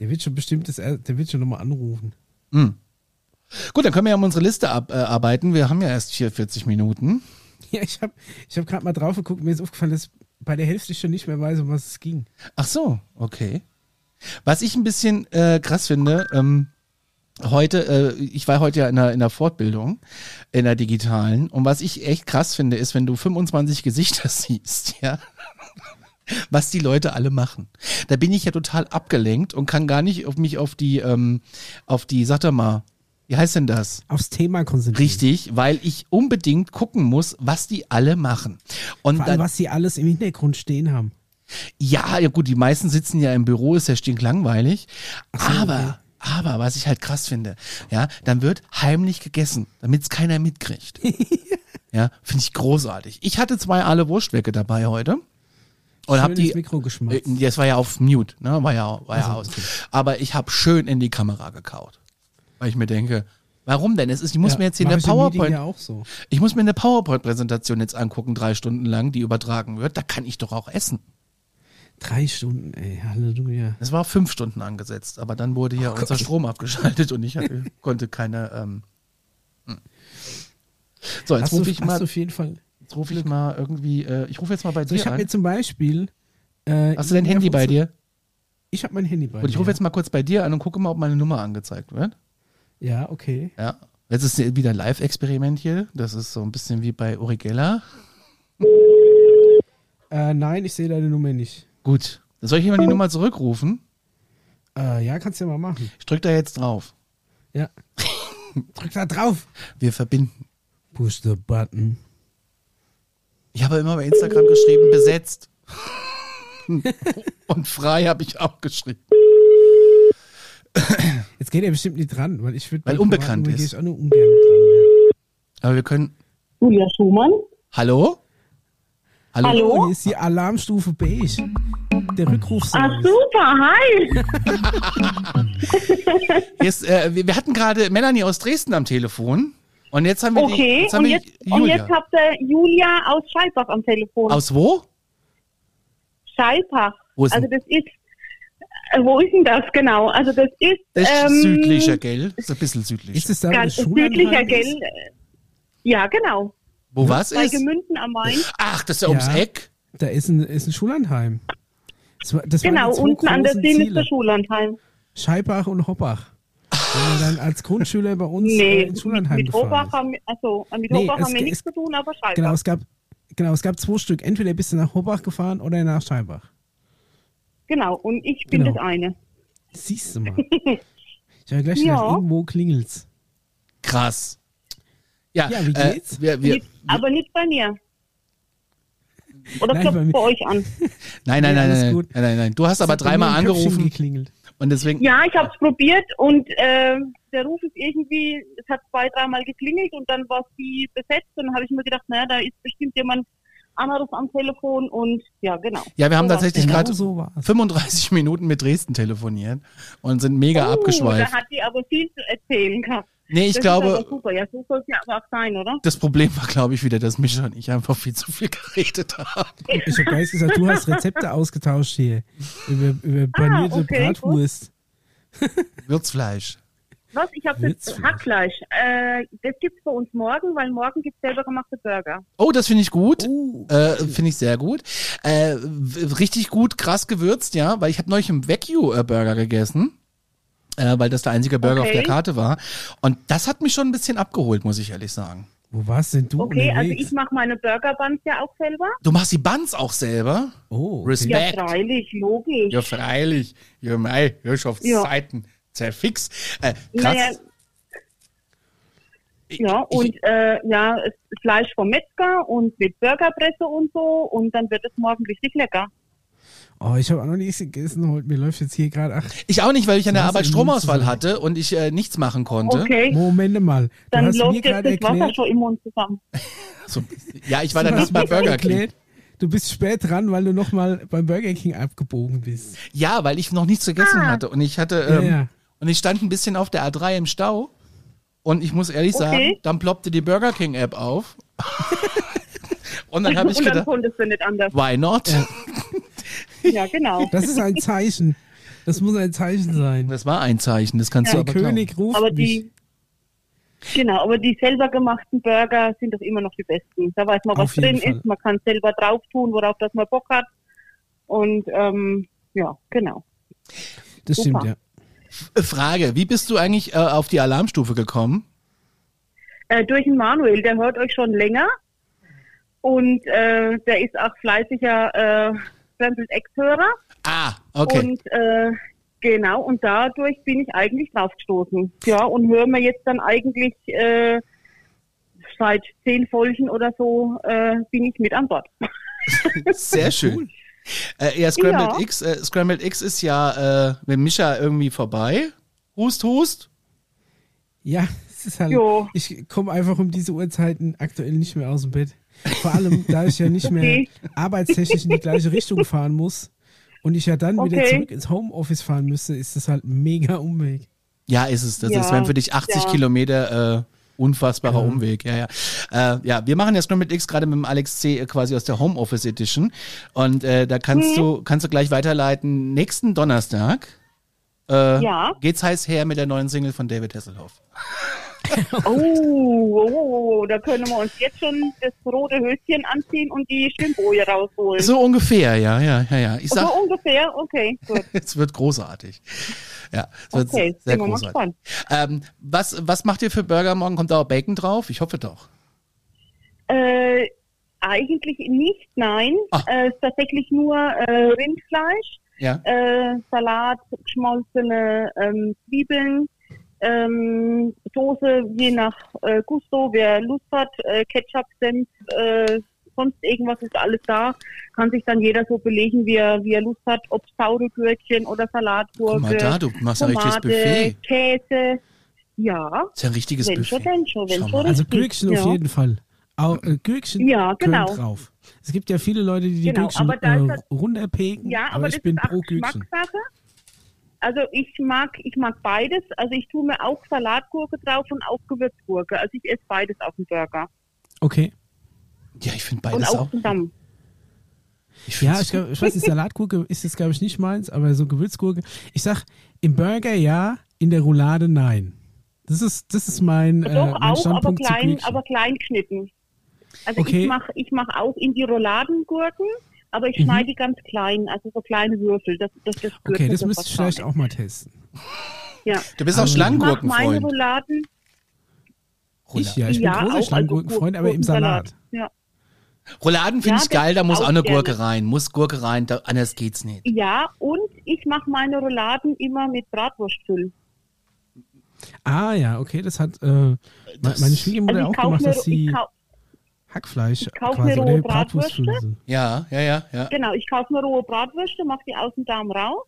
der wird schon bestimmt, das, er- der wird schon nochmal anrufen. Gut, dann können wir ja mal unsere Liste abarbeiten. Äh, arbeiten. wir haben ja erst 44 Minuten. <laughs> Ja, ich habe ich hab gerade mal drauf geguckt, mir ist aufgefallen, dass bei der Hälfte schon nicht mehr weiß, um was es ging. Ach so, okay. Was ich ein bisschen äh, krass finde, ähm, heute, äh, ich war heute ja in der, in der Fortbildung, in der digitalen, und was ich echt krass finde, ist, wenn du 25 Gesichter <laughs> siehst, ja, was die Leute alle machen. Da bin ich ja total abgelenkt und kann gar nicht auf mich auf die, ähm, auf die, sag doch mal, wie heißt denn das? Aufs Thema konzentrieren. Richtig, weil ich unbedingt gucken muss, was die alle machen. Und Vor allem, dann, was sie alles im Hintergrund stehen haben. ja, ja gut, die meisten sitzen ja im Büro, ist ja stinklangweilig. so, aber, aber, was ich halt krass finde, ja, dann wird heimlich gegessen, damit es keiner mitkriegt. <laughs> ja, finde ich großartig. Ich hatte zwei alle Wurstwecke dabei heute. Und hab Schön die ins Mikro geschmatzt. Äh, Das war ja auf Mute, ne? War ja, war ja aus. Aber ich habe schön in die Kamera gekaut. Weil ich mir denke, warum denn? Es ist, ich muss mir jetzt hier mach eine ich im Meeting PowerPoint. Ja auch so. Ich muss mir eine PowerPoint-Präsentation jetzt angucken, drei Stunden lang, die übertragen wird. Da kann ich doch auch essen. Drei Stunden, ey, Halleluja. Es war fünf Stunden angesetzt, aber dann wurde ja unser Strom abgeschaltet und ich <laughs> hatte, konnte keine. Ähm, hm. so, jetzt Hast du, rufe ich hast du mal, auf jeden Fall. jetzt ruf ich mal irgendwie. Äh, ich rufe jetzt mal bei So, ich dir habe mir an. zum Beispiel. äh, Hast du dein Handy bei dir? Ich habe mein Handy bei Und ich mir. rufe jetzt mal kurz bei dir an und gucke mal, ob meine Nummer angezeigt wird. Ja, okay. Ja. Jetzt ist wieder ein Live-Experiment hier. Das ist so ein bisschen wie bei Uri Geller. Äh, nein, ich sehe deine Nummer nicht. Gut. Soll ich jemand die Nummer zurückrufen? Äh, ja, kannst du ja mal machen. Ich drück da jetzt drauf. <laughs> Ja. Drück da drauf. Wir verbinden. Push the button. Ich habe immer bei Instagram geschrieben, besetzt. <laughs> Und frei habe ich auch geschrieben. Jetzt geht er bestimmt nicht dran, weil ich würde. Weil unbekannt Gehe ist. ich auch nur ungern dran. Aber wir können. Julia Schumann? Hallo? Hallo? Ja. Hallo? Oh, hier ist die Alarmstufe beige. Der Rückruf. Ah, super, hi! Hier ist, äh, wir wir hatten gerade Melanie aus Dresden am Telefon. Und jetzt haben wir die, Okay, jetzt haben und wir jetzt, die und Julia. jetzt habt ihr Julia aus Scheibach am Telefon. aus wo? Scheibach. Wo ist also denn- das ist, äh, wo ist denn das genau? Also das ist, Das ist ähm, südlicher, gell? Ist ein bisschen südlich. Ist es da, wo ganz das Schulanheim südlicher, ist? gell? Ja, genau. Wo was Bei ist? Gemünden am Main. Ach, das ist ja ums Ja. Eck. Da ist ein, ist ein Schulanheim. Das war, das waren Genau, die zwei unten an der großen Seen ist Ziele. der Schullandheim. Scheibach und Hoppach. Wenn man dann als Grundschüler bei uns äh, Nee, ins mit, Schulanheim mit gefahren Horbach ist. haben, wir- also, mit Nee, Horbach es- haben wir es- nichts zu tun, aber Scheibach. Genau, es gab, genau, es gab zwei Stück. Entweder bist du nach Hoppach gefahren oder nach Scheibach. Genau, und ich bin Genau. das eine. Siehst <laughs> du mal. Ich habe gleich Ja. gedacht, irgendwo klingelt's. Krass. Ja, Ja, wie geht's? Äh, wir, wir, nicht, aber nicht bei mir. Oder Nein, klopft bei mir- bei euch an. nein, nein, Nee, nein, alles nein, nein, gut. nein, nein. Du hast aber Es hat bei dreimal mir im Köpfchen angerufen Geklingelt. und deswegen. Ja, ich hab's probiert und äh, der Ruf ist irgendwie, es hat zwei, dreimal geklingelt und dann war sie besetzt und dann habe ich mir gedacht, naja, da ist bestimmt jemand anderes am Telefon und ja, genau. Ja, wir haben So war's. tatsächlich Genau gerade so war's. 35 <laughs> Minuten mit Dresden telefoniert und sind mega Uh, Oh, Da abgeschweift. hat die aber viel zu erzählen gehabt. Nee, ich das Ist glaube, aber super. Ja, so soll es ja aber auch sein, oder? das Problem war, glaube ich, wieder, dass Micha und ich einfach viel zu viel geredet haben. <laughs> Ich habe gleich gesagt, du hast Rezepte ausgetauscht hier. Über, über panierte Ah, okay, gut. Bratwurst. Würzfleisch. Was? Ich habe Witzig. jetzt Hackfleisch. Äh, das gibt's bei uns morgen, weil morgen gibt's selber gemachte Burger. Oh, das finde ich gut. Oh. Uh. Äh, finde ich sehr gut. Äh, w- richtig gut, krass gewürzt, ja, weil ich habe neulich einen Vecchio-Burger gegessen, äh, weil das der einzige Burger auf Okay. der Karte war. Und das hat mich schon ein bisschen abgeholt, muss ich ehrlich sagen. Wo warst denn du Okay, also unterwegs? ich mache meine Burger Buns ja auch selber. Du machst die Buns auch selber? oh, okay. Respekt. Ja, freilich, logisch. Ja, freilich. Ja, mei, Wirtschaftszeiten. Zerfix. Äh, krass. Naja, Ich- ja, ich- und äh, ja, es ist Fleisch vom Metzger und mit Burgerpresse und so und dann wird es morgen richtig lecker. Oh, ich habe auch noch nichts gegessen heute. Mir läuft jetzt hier gerade. Ach, Ich auch nicht, weil ich an der Du hast Arbeit im Stromausfall Mund hatte und ich äh, nichts machen konnte. Okay, Moment mal. Du dann hast mir läuft jetzt gerade das Wasser erklärt, schon im Mund zusammen. So, ja, ich war du dann nicht hast bei mir gerade Burger King. erklärt, Du bist spät dran, weil du nochmal beim Burger King abgebogen bist. Ja, weil ich noch nichts gegessen Ah. hatte und ich hatte Ja, ähm, ja. und ich stand ein bisschen auf der A3 im Stau und ich muss ehrlich Okay. sagen, dann ploppte die Burger King App auf. <laughs> und dann habe ich und dann gedacht, konntest du nicht anders. why not? <laughs> Ja, genau. Das ist <laughs> ein Zeichen. Das muss ein Zeichen sein. Das war ein Zeichen, das kannst Der du aber König ruft Aber mich. die, Genau, aber die selber gemachten Burger sind doch immer noch die besten. Da weiß man, was Auf jeden drin Fall. ist, man kann selber drauf tun, worauf das man Bock hat. Und ähm, ja, genau. Das Super. stimmt, ja. Frage, wie bist du eigentlich äh, auf die Alarmstufe gekommen? Äh, durch den Manuel, der hört euch schon länger. Und äh, der ist auch fleißiger äh, Fremdelt Ex-Hörer. Ah, okay. Und äh, genau, und dadurch bin ich eigentlich draufgestoßen. Ja, und höre mir jetzt dann eigentlich äh, seit zehn Folgen oder so äh, bin ich mit <laughs> an Bord. Sehr schön. Äh, ja, Scrambled Ja. X, äh, Scrambled X ist ja äh, mit Mischa irgendwie vorbei. Hust, hust. Ja, <laughs> es ist halt. Jo. Ich komme einfach um diese Uhrzeiten aktuell nicht mehr aus dem Bett. Vor allem, da ich ja nicht mehr Okay. arbeitstechnisch in die <laughs> gleiche Richtung fahren muss und ich ja dann wieder Okay. zurück ins Homeoffice fahren müsste, ist das halt ein mega Umweg. Ja, ist es. Das, das Ja, wären für dich 80 ja. Kilometer äh, unfassbarer Ja. Umweg. Ja, ja. Äh, ja, wir machen ja Scrambled X gerade mit dem Alex C. äh, quasi aus der Homeoffice Edition. Und äh, da Mhm. kannst du kannst du gleich weiterleiten. Nächsten Donnerstag äh, Ja. geht's heiß her mit der neuen Single von David Hasselhoff. Oh, oh, oh, oh, da können wir uns jetzt schon das rote Höschen anziehen und die Schwimmboje rausholen. So, So ungefähr, ja, ja, ja, ja. Ich sag, ungefähr, okay, gut. <laughs> es wird großartig. Ja, es wird Okay, sehr sind wir mal großartig. gespannt. Ähm, was, was macht ihr für Burger morgen? Kommt da auch Bacon drauf? Ich hoffe doch. Äh, eigentlich nicht, nein. Ah. Äh, ist tatsächlich nur äh, Rindfleisch, Ja. äh, Salat, geschmolzene ähm, Zwiebeln, ähm, Soße je nach äh, Gusto, wer Lust hat, äh, Ketchup, Senf, äh, sonst irgendwas ist alles da. Kann sich dann jeder so belegen, wie er, wie er Lust hat, ob saure Gürkchen oder Guck mal da, Salatgurke, du machst ja ein richtiges Tomate, Buffet. Käse. Ja, Das ist ja ein richtiges wenn schon, Buffet. wenn schon, wenn Schau schon. mal. Also richtig, Gürkchen ja. auf jeden Fall. Auch, äh, Gürkchen Ja, genau. können drauf. Es gibt ja viele Leute, die die Genau, Gürkchen aber da ist äh, das- runterpegen, Ja, aber, aber, ich das bin ist auch pro Gürkchen. Geschmackssache. Also ich mag, ich mag beides. Also ich tue mir auch Salatgurke drauf und auch Gewürzgurke. Also ich esse beides auf dem Burger. Okay. Ja, ich finde Und beides auch auch. zusammen. Ich find's- Ja, ich, glaub, ich weiß nicht, Salatgurke ist jetzt, glaube ich, nicht meins, aber so Gewürzgurke. Ich sag, im Burger ja, in der Roulade nein. Das ist, das ist mein, äh, Doch mein auch, aber Standpunkt zu klein, Gürkchen. aber klein geschnitten. Also Okay. Mhm. ich mache ich mach auch in die Roladengurken, aber ich schneide die ganz klein, also so kleine Würfel. Das, das, das okay, Gürtel, das müsste was ich vielleicht da auch mal testen. ist. Ja. du bist auch Also- Ich mache meine Schlangengurkenfreund. Rouladen. Ich ja, ich bin ja, auch, großer also Schlammgurkenfreund, aber im Salat. Ja. Rouladen finde Ja, ich geil, da muss auch auch eine gerne. Gurke rein. Muss Gurke rein, da, anders geht's nicht. ja, und ich mache meine Rouladen immer mit Bratwurstfüll. Ah ja, okay, das hat äh, me- Das- meine Also Schwiegermutter ich auch kaufe gemacht, mir, dass ich sie kau Hackfleisch kauf quasi mir oder rohe Bratwurstfülle Bratwürste. sind. Ja, ja, ja, ja. Genau, ich kaufe mir rohe Bratwürste, mache die aus dem Darm raus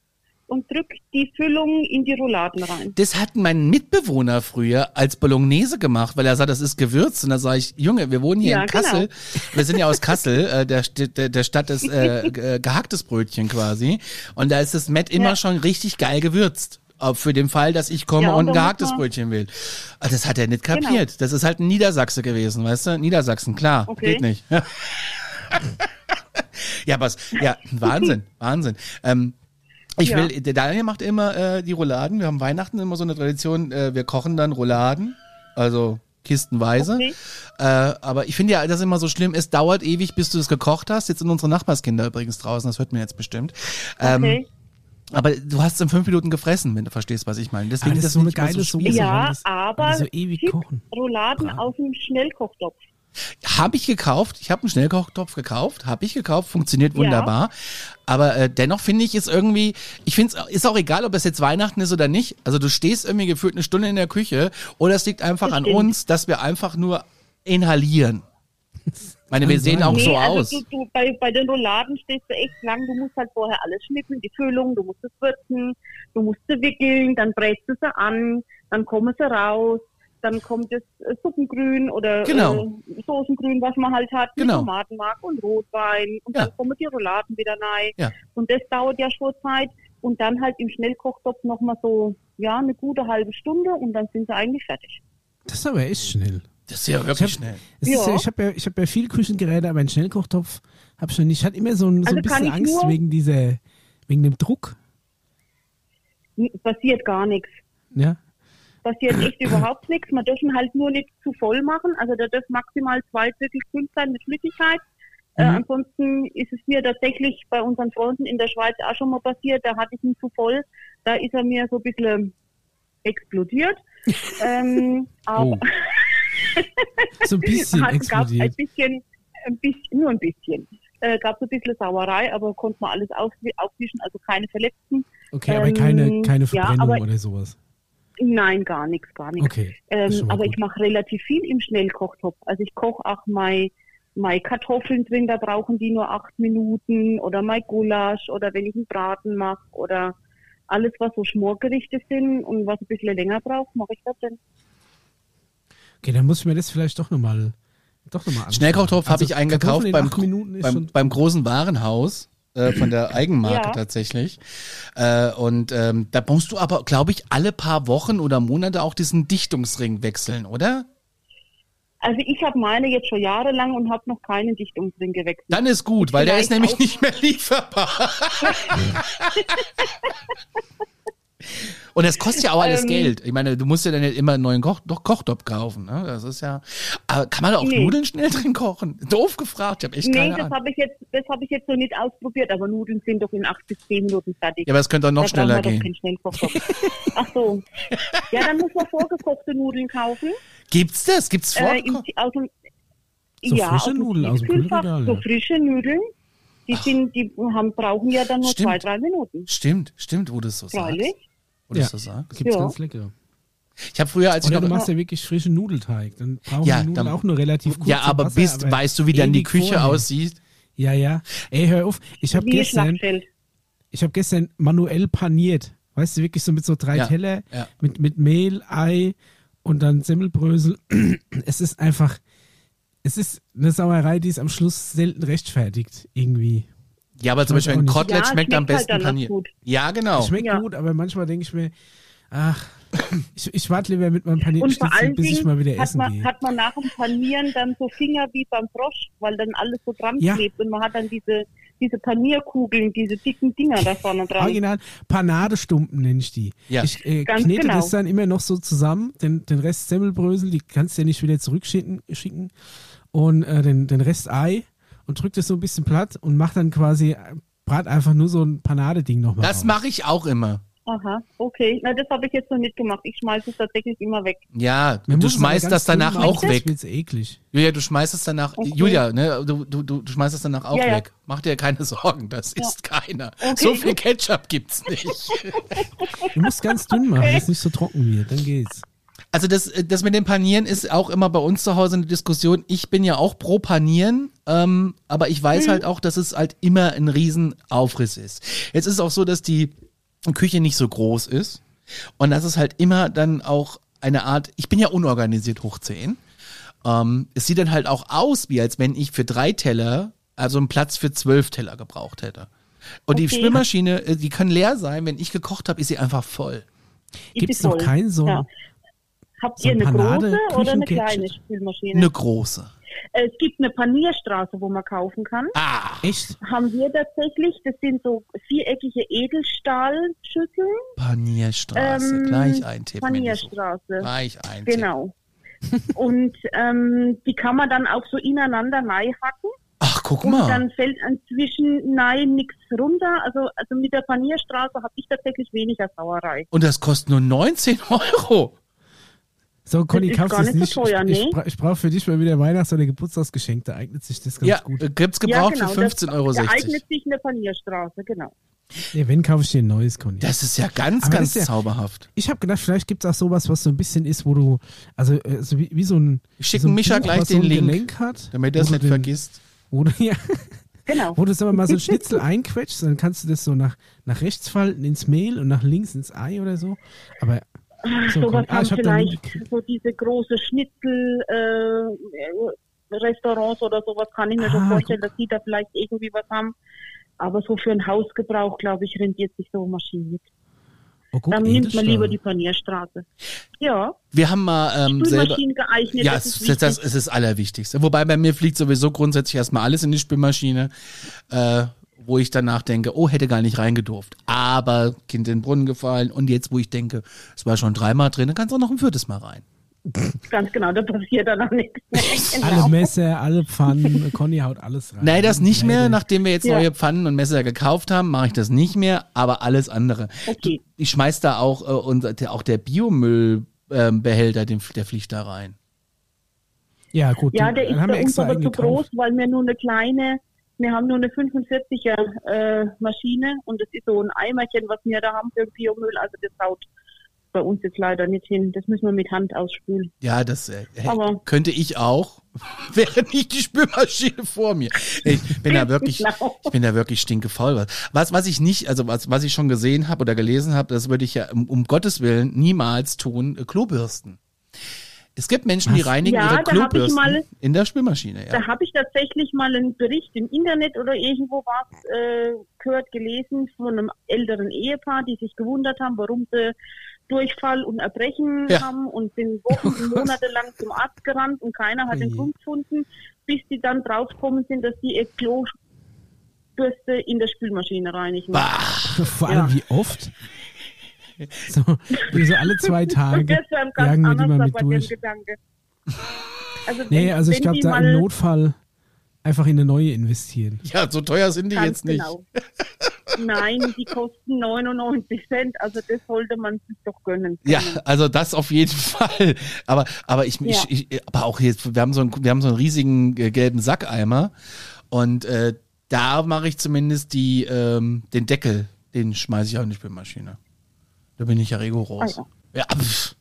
und drücke die Füllung in die Rouladen rein. Das hat mein Mitbewohner früher als Bolognese gemacht, weil er sagt, das ist Gewürz. Und da sage ich, Junge, wir wohnen hier Ja, genau. in Kassel. Wir sind ja aus Kassel, äh, der, St- der, der Stadt des äh, ge- gehacktes Brötchen quasi. Und da ist das Met immer Ja. schon richtig geil gewürzt. Auch Für den Fall, dass ich komme Ja, und ein aber gehacktes muss man- Genau. Brötchen will. Ah, Das hat er nicht kapiert. Das ist halt ein Niedersachse gewesen, weißt du? Niedersachsen, klar. Okay. Geht nicht. <laughs> ja, was? Ja, Wahnsinn, Wahnsinn. Ähm, ich Ja. will, der Daniel macht immer äh, die Rouladen. Wir haben Weihnachten immer so eine Tradition, äh, wir kochen dann Rouladen, also kistenweise. Okay. Äh, aber ich finde ja, das immer so schlimm. Es dauert ewig, bis du es gekocht hast. Jetzt sind unsere Nachbarskinder übrigens draußen, das hört man jetzt bestimmt. Ähm, Okay. Aber du hast es in fünf Minuten gefressen, wenn du verstehst, was ich meine. Deswegen Ah, das ist ist so eine nicht mehr geile so Soße. schwierig. weil ja, das- weil aber die so ewig Chips, kochen. Rouladen aus dem Schnellkochtopf. Habe ich gekauft. Ich habe einen Schnellkochtopf gekauft. Habe ich gekauft. Funktioniert wunderbar. Aber äh, dennoch finde ich es irgendwie, ich finde es ist auch egal, ob es jetzt Weihnachten ist oder nicht. Also du stehst irgendwie gefühlt eine Stunde in der Küche oder es liegt einfach Das an stimmt. uns, dass wir einfach nur inhalieren. Ich meine, wir Kann sehen sein, auch ja. so also aus. Du, du, bei, bei den Rouladen stehst du echt lang. Du musst halt vorher alles schnippeln, die Füllung, du musst es würzen, du musst sie wickeln, dann brätst du sie an, dann kommen sie raus, dann kommt das äh, Suppengrün oder Genau. äh, Soßengrün, was man halt hat, Genau. mit Tomatenmark und Rotwein und Ja. dann kommen die Rouladen wieder rein. Ja. Und das dauert ja schon Zeit und dann halt im Schnellkochtopf nochmal so, ja, eine gute halbe Stunde und dann sind sie eigentlich fertig. Das ist aber echt schnell. Das ist ja Ich hab- wirklich schnell. Es ist Ja. ja, ich habe ja, ich hab ja viele Küchengeräte, aber einen Schnellkochtopf habe ich noch nicht. Ich hatte immer so ein, so Also ein kann bisschen ich Angst nur- wegen, dieser, wegen dem Druck. ne? N- Passiert gar nichts. Ja? passiert <coughs> echt überhaupt nichts. Man dürfen halt nur nicht zu voll machen. Also da dürfen maximal zwei Drittel fünf sein mit Flüssigkeit. Äh, Mhm. ansonsten ist es mir tatsächlich bei unseren Freunden in der Schweiz auch schon mal passiert. Da hatte ich ihn zu voll. Da ist er mir so ein bisschen ähm, <laughs> explodiert. ähm, aber Oh. So ein <laughs> bisschen hat, gab ein explodiert. bisschen, ein bisschen, nur ein bisschen. Äh, gab so ein bisschen Sauerei, aber konnte man alles auf, aufwischen, also keine Verletzten. Okay, aber keine, ähm, keine ja, Verbrennung aber- oder sowas. Nein, gar nichts, gar nichts. Okay. ist schon Ähm, mal aber gut. ich mache relativ viel im Schnellkochtopf. Also ich koche auch meine mein Kartoffeln drin, da brauchen die nur acht Minuten oder mein Gulasch oder wenn ich einen Braten mache oder alles, was so Schmorgerichte sind und was ein bisschen länger braucht, mache ich das denn. Okay, dann muss ich mir das vielleicht doch nochmal doch noch mal anschauen. Schnellkochtopf habe Also ich eingekauft Kartoffeln in beim, acht Minuten ist beim, schon, beim großen Warenhaus äh, von <clears throat> der Eigenmarke Ja. tatsächlich. Äh, und ähm, da musst du aber, glaube ich, alle paar Wochen oder Monate auch diesen Dichtungsring wechseln, oder? Also ich habe meine jetzt schon jahrelang und habe noch keinen Dichtungsring gewechselt. Dann ist gut, weil der ist Vielleicht nämlich auch- nicht mehr <laughs> lieferbar. Und das kostet ja auch alles Ähm. Geld. Ich meine, du musst ja dann ja immer einen neuen Koch doch Kochtopf kaufen. Ne? Das ist ja. Aber kann man da auch Nee. Nudeln schnell drin kochen? Doof gefragt, ich habe echt Nee, keine das Ahnung. habe ich jetzt, das habe ich jetzt noch nicht ausprobiert, aber Nudeln sind doch in acht bis zehn Minuten fertig. Ja, aber es könnte auch noch Da brauchen schneller wir doch gehen. keinen Schnellkochtopf. Ach so. Ja, dann <laughs> muss man vorgekochte Nudeln kaufen. Gibt's das? Gibt's Äh, vorgekocht? im, aus dem, So ja, frische aus dem Nudeln aus dem Tiefkühlfach, Kühlregal, So ja. frische Nudeln. Die, sind, die haben, brauchen ja dann nur Stimmt. zwei, drei Minuten. Stimmt, stimmt, wo du es so sagst. Freilich. Wo du es so Ja. sagst. gibt's Ja. ganz lecker. Ich habe früher, als ich Oder du noch. machst ja wirklich frischen Nudelteig. Dann brauchen Ja, die Nudeln dann- auch nur relativ kurz. Ja, im aber Wasser, bist, aber weißt du, wie dann die ewig Küche vorher. aussieht? Ja, ja. Ey, hör auf. Ich habe Wie ein gestern, Schlachtfeld. ich hab gestern manuell paniert. Weißt du, wirklich so mit so drei Ja, Teller, ja. Mit, mit Mehl, Ei und dann Semmelbrösel. <clears throat> Es ist einfach, es ist eine Sauerei, die es am Schluss selten rechtfertigt, irgendwie. Ja, aber zum Weiß Beispiel auch ein nicht. Kotelett Ja, schmeckt schmeckt am halt besten danach paniert. gut. Ja, genau. Schmeckt Ja. gut, aber manchmal denke ich mir, ach, <clears throat> ich, ich warte lieber mit meinem Und vor Panierschnitzel, allen bis ich mal wieder Dingen hat essen man, gehe. hat man nach dem Panieren dann so Finger wie beim Frosch, weil dann alles so dran Ja. klebt und man hat dann diese, diese Panierkugeln, diese dicken Dinger da Ah, vorne dran. Original Panadestumpen nenne ich die. Ja. Ich äh, Ganz knete genau. das dann immer noch so zusammen, den, den Rest Semmelbrösel, die kannst du ja nicht wieder zurückschicken schicken, und äh, den, den Rest Ei und drück das so ein bisschen platt und mach dann quasi, äh, brat einfach nur so ein Panadeding nochmal. Das mache ich auch immer. Aha, okay. Na, das habe ich jetzt noch nicht gemacht. Ich schmeiße es tatsächlich immer weg. Ja, du schmeißt das danach auch weg. Das eklig. Julia, du schmeißt es danach, Okay. Julia, ne, du, du, du du schmeißt es danach auch Ja, ja. weg. Mach dir keine <laughs> Sorgen, das isst keiner. Okay, So viel gut. Ketchup gibt's nicht. Du musst ganz dünn machen, dass es nicht so trocken wird, dann geht's. Also das, das mit dem Panieren ist auch immer bei uns zu Hause eine Diskussion. Ich bin ja auch pro Panieren, ähm, aber ich weiß halt auch, dass es halt immer ein Riesenaufriss ist. Jetzt ist es auch so, dass die Küche nicht so groß ist und dass es halt immer dann auch eine Art, ich bin ja unorganisiert hoch 10. Ähm, es sieht dann halt auch aus, wie als wenn ich für drei Teller, also einen Platz für zwölf Teller gebraucht hätte. Und die Okay. Spülmaschine, äh, die kann leer sein, wenn ich gekocht habe, ist sie einfach voll. Ist Gibt's sie noch voll. keinen so- Habt so ihr ein eine Panade- große oder eine Küchengadget? kleine Spülmaschine? Eine große. Äh, Es gibt eine Panierstraße, wo man kaufen kann. Ah! Echt? Haben wir tatsächlich, das sind so viereckige Edelstahlschüsseln. Panierstraße, Ähm, Ah, gleich eintippen. wenn du so- Panierstraße. Gleich eintippen. Genau. Und ähm, die kann man dann auch so ineinander neu hacken Ach, guck und mal. dann fällt inzwischen nein nichts runter. Also also mit der Panierstraße habe ich tatsächlich weniger Sauerei. Und das kostet nur 19 Euro. So, Conny, ist kauf gar das nicht nicht. so teuer, ich nee. ich, bra ich brauche für dich mal wieder Weihnachts- oder Geburtstagsgeschenk, da eignet sich das ganz ja, gut. äh, gibt's gebraucht genau, für 15,60 Euro. Das eignet sich eine Panierstraße, genau. Nee, wenn, kaufe ich dir ein neues, Conny. Das ist ja ganz, Aber das ganz ist ja- zauberhaft. Ich habe gedacht, vielleicht gibt es auch sowas, was so ein bisschen ist, wo du, also äh, so wie, wie so ein. Ich schicke so ein Mischa Buch, gleich was so den ein Link, Gelenk hat, Damit er es wo du nicht den- vergisst. Wo du, <laughs> ja, Genau. wo du sag mal so ein Schnitzel einquetscht, dann kannst du das so nach, nach rechts falten ins Mehl und nach links ins Ei oder so. Aber. So, So Conny, was ah, haben ich habe da nie vielleicht gekriegt. so diese große Schnitzel äh, äh, Restaurants oder sowas kann ich mir Ah, schon vorstellen, dass die da vielleicht irgendwie was haben. Aber so für einen Hausgebrauch, glaube ich, rendiert sich so eine Maschine nicht. Oh, guck, Dann nimmt man Edelstahl. lieber die Panierstraße. Ja, Wir haben mal ähm, selber. Spülmaschinen geeignet. Ja, das das, ist das, das wichtig. ist das Allerwichtigste. Wobei bei mir fliegt sowieso grundsätzlich erstmal alles in die Spülmaschine. Äh, wo ich danach denke, oh, hätte gar nicht reingedurft. Aber Kind in den Brunnen gefallen und jetzt, wo ich denke, es war schon dreimal drin, dann kannst du auch noch ein viertes Mal rein. Ganz genau, da passiert dann noch nichts <laughs> mehr. Genau, Alle Messer, alle Pfannen, <laughs> Conny haut alles rein. Nein, das nicht mehr. Nachdem wir jetzt Ja. neue Pfannen und Messer gekauft haben, mache ich das nicht mehr, aber alles andere. Okay. Ich schmeiß da auch, äh, unser, der, auch der Biomüllbehälter, den, der fliegt da rein. Ja, gut. Ja, die- der ist dann haben wir bei uns extra aber zu groß, eingekauft. weil wir nur eine kleine, wir haben nur eine 45er äh, Maschine und das ist so ein Eimerchen, was wir da haben für Biomüll. Also das haut bei uns jetzt leider nicht hin. Das müssen wir mit Hand ausspülen. Ja, das äh, äh, Aber- könnte ich auch, <laughs> wäre nicht die Spülmaschine vor mir. Ich <laughs> bin da wirklich, Genau. ich bin da wirklich stinkefaul. Was- Was, was ich nicht, also was, was ich schon gesehen habe oder gelesen habe, das würde ich ja um, um Gottes Willen niemals tun, äh, Klobürsten. Es gibt Menschen, die Was? reinigen Ja, ihre da hab ich Klobürsten mal- in der Spülmaschine. Ja. Da habe ich tatsächlich mal einen Bericht im Internet oder irgendwo was äh, gehört, gelesen von einem älteren Ehepaar, die sich gewundert haben, warum sie Durchfall und Erbrechen Ja. haben und sind Oh Wochen und Monate lang zum Arzt gerannt und keiner hat den Ui. Grund gefunden, bis die dann draufgekommen sind, dass die ihr Klobürste in der Spülmaschine reinigen. <laughs> Vor allem wie oft? <laughs> So, wie so alle <laughs> zwei Tage Und das war ganz jagen wir die mal anders mit aber der durch. <laughs> Gedanke. Also Nee, wenn- also ich wenn glaube, die da mal- im Notfall einfach in eine neue investieren. ja, so teuer sind die jetzt nicht. genau. Nein, die kosten 99 Cent, also das sollte man sich doch gönnen. Ja, können. also das auf jeden <laughs> Fall. Aber, aber ich, Ja. ich, ich aber auch jetzt, wir haben so einen, wir haben so einen riesigen äh, gelben Sackeimer und äh, da mache ich zumindest die, ähm, den Deckel, den schmeiße ich auch in die Spülmaschine. Da bin ich ja rigoros. Ah, ja. pff,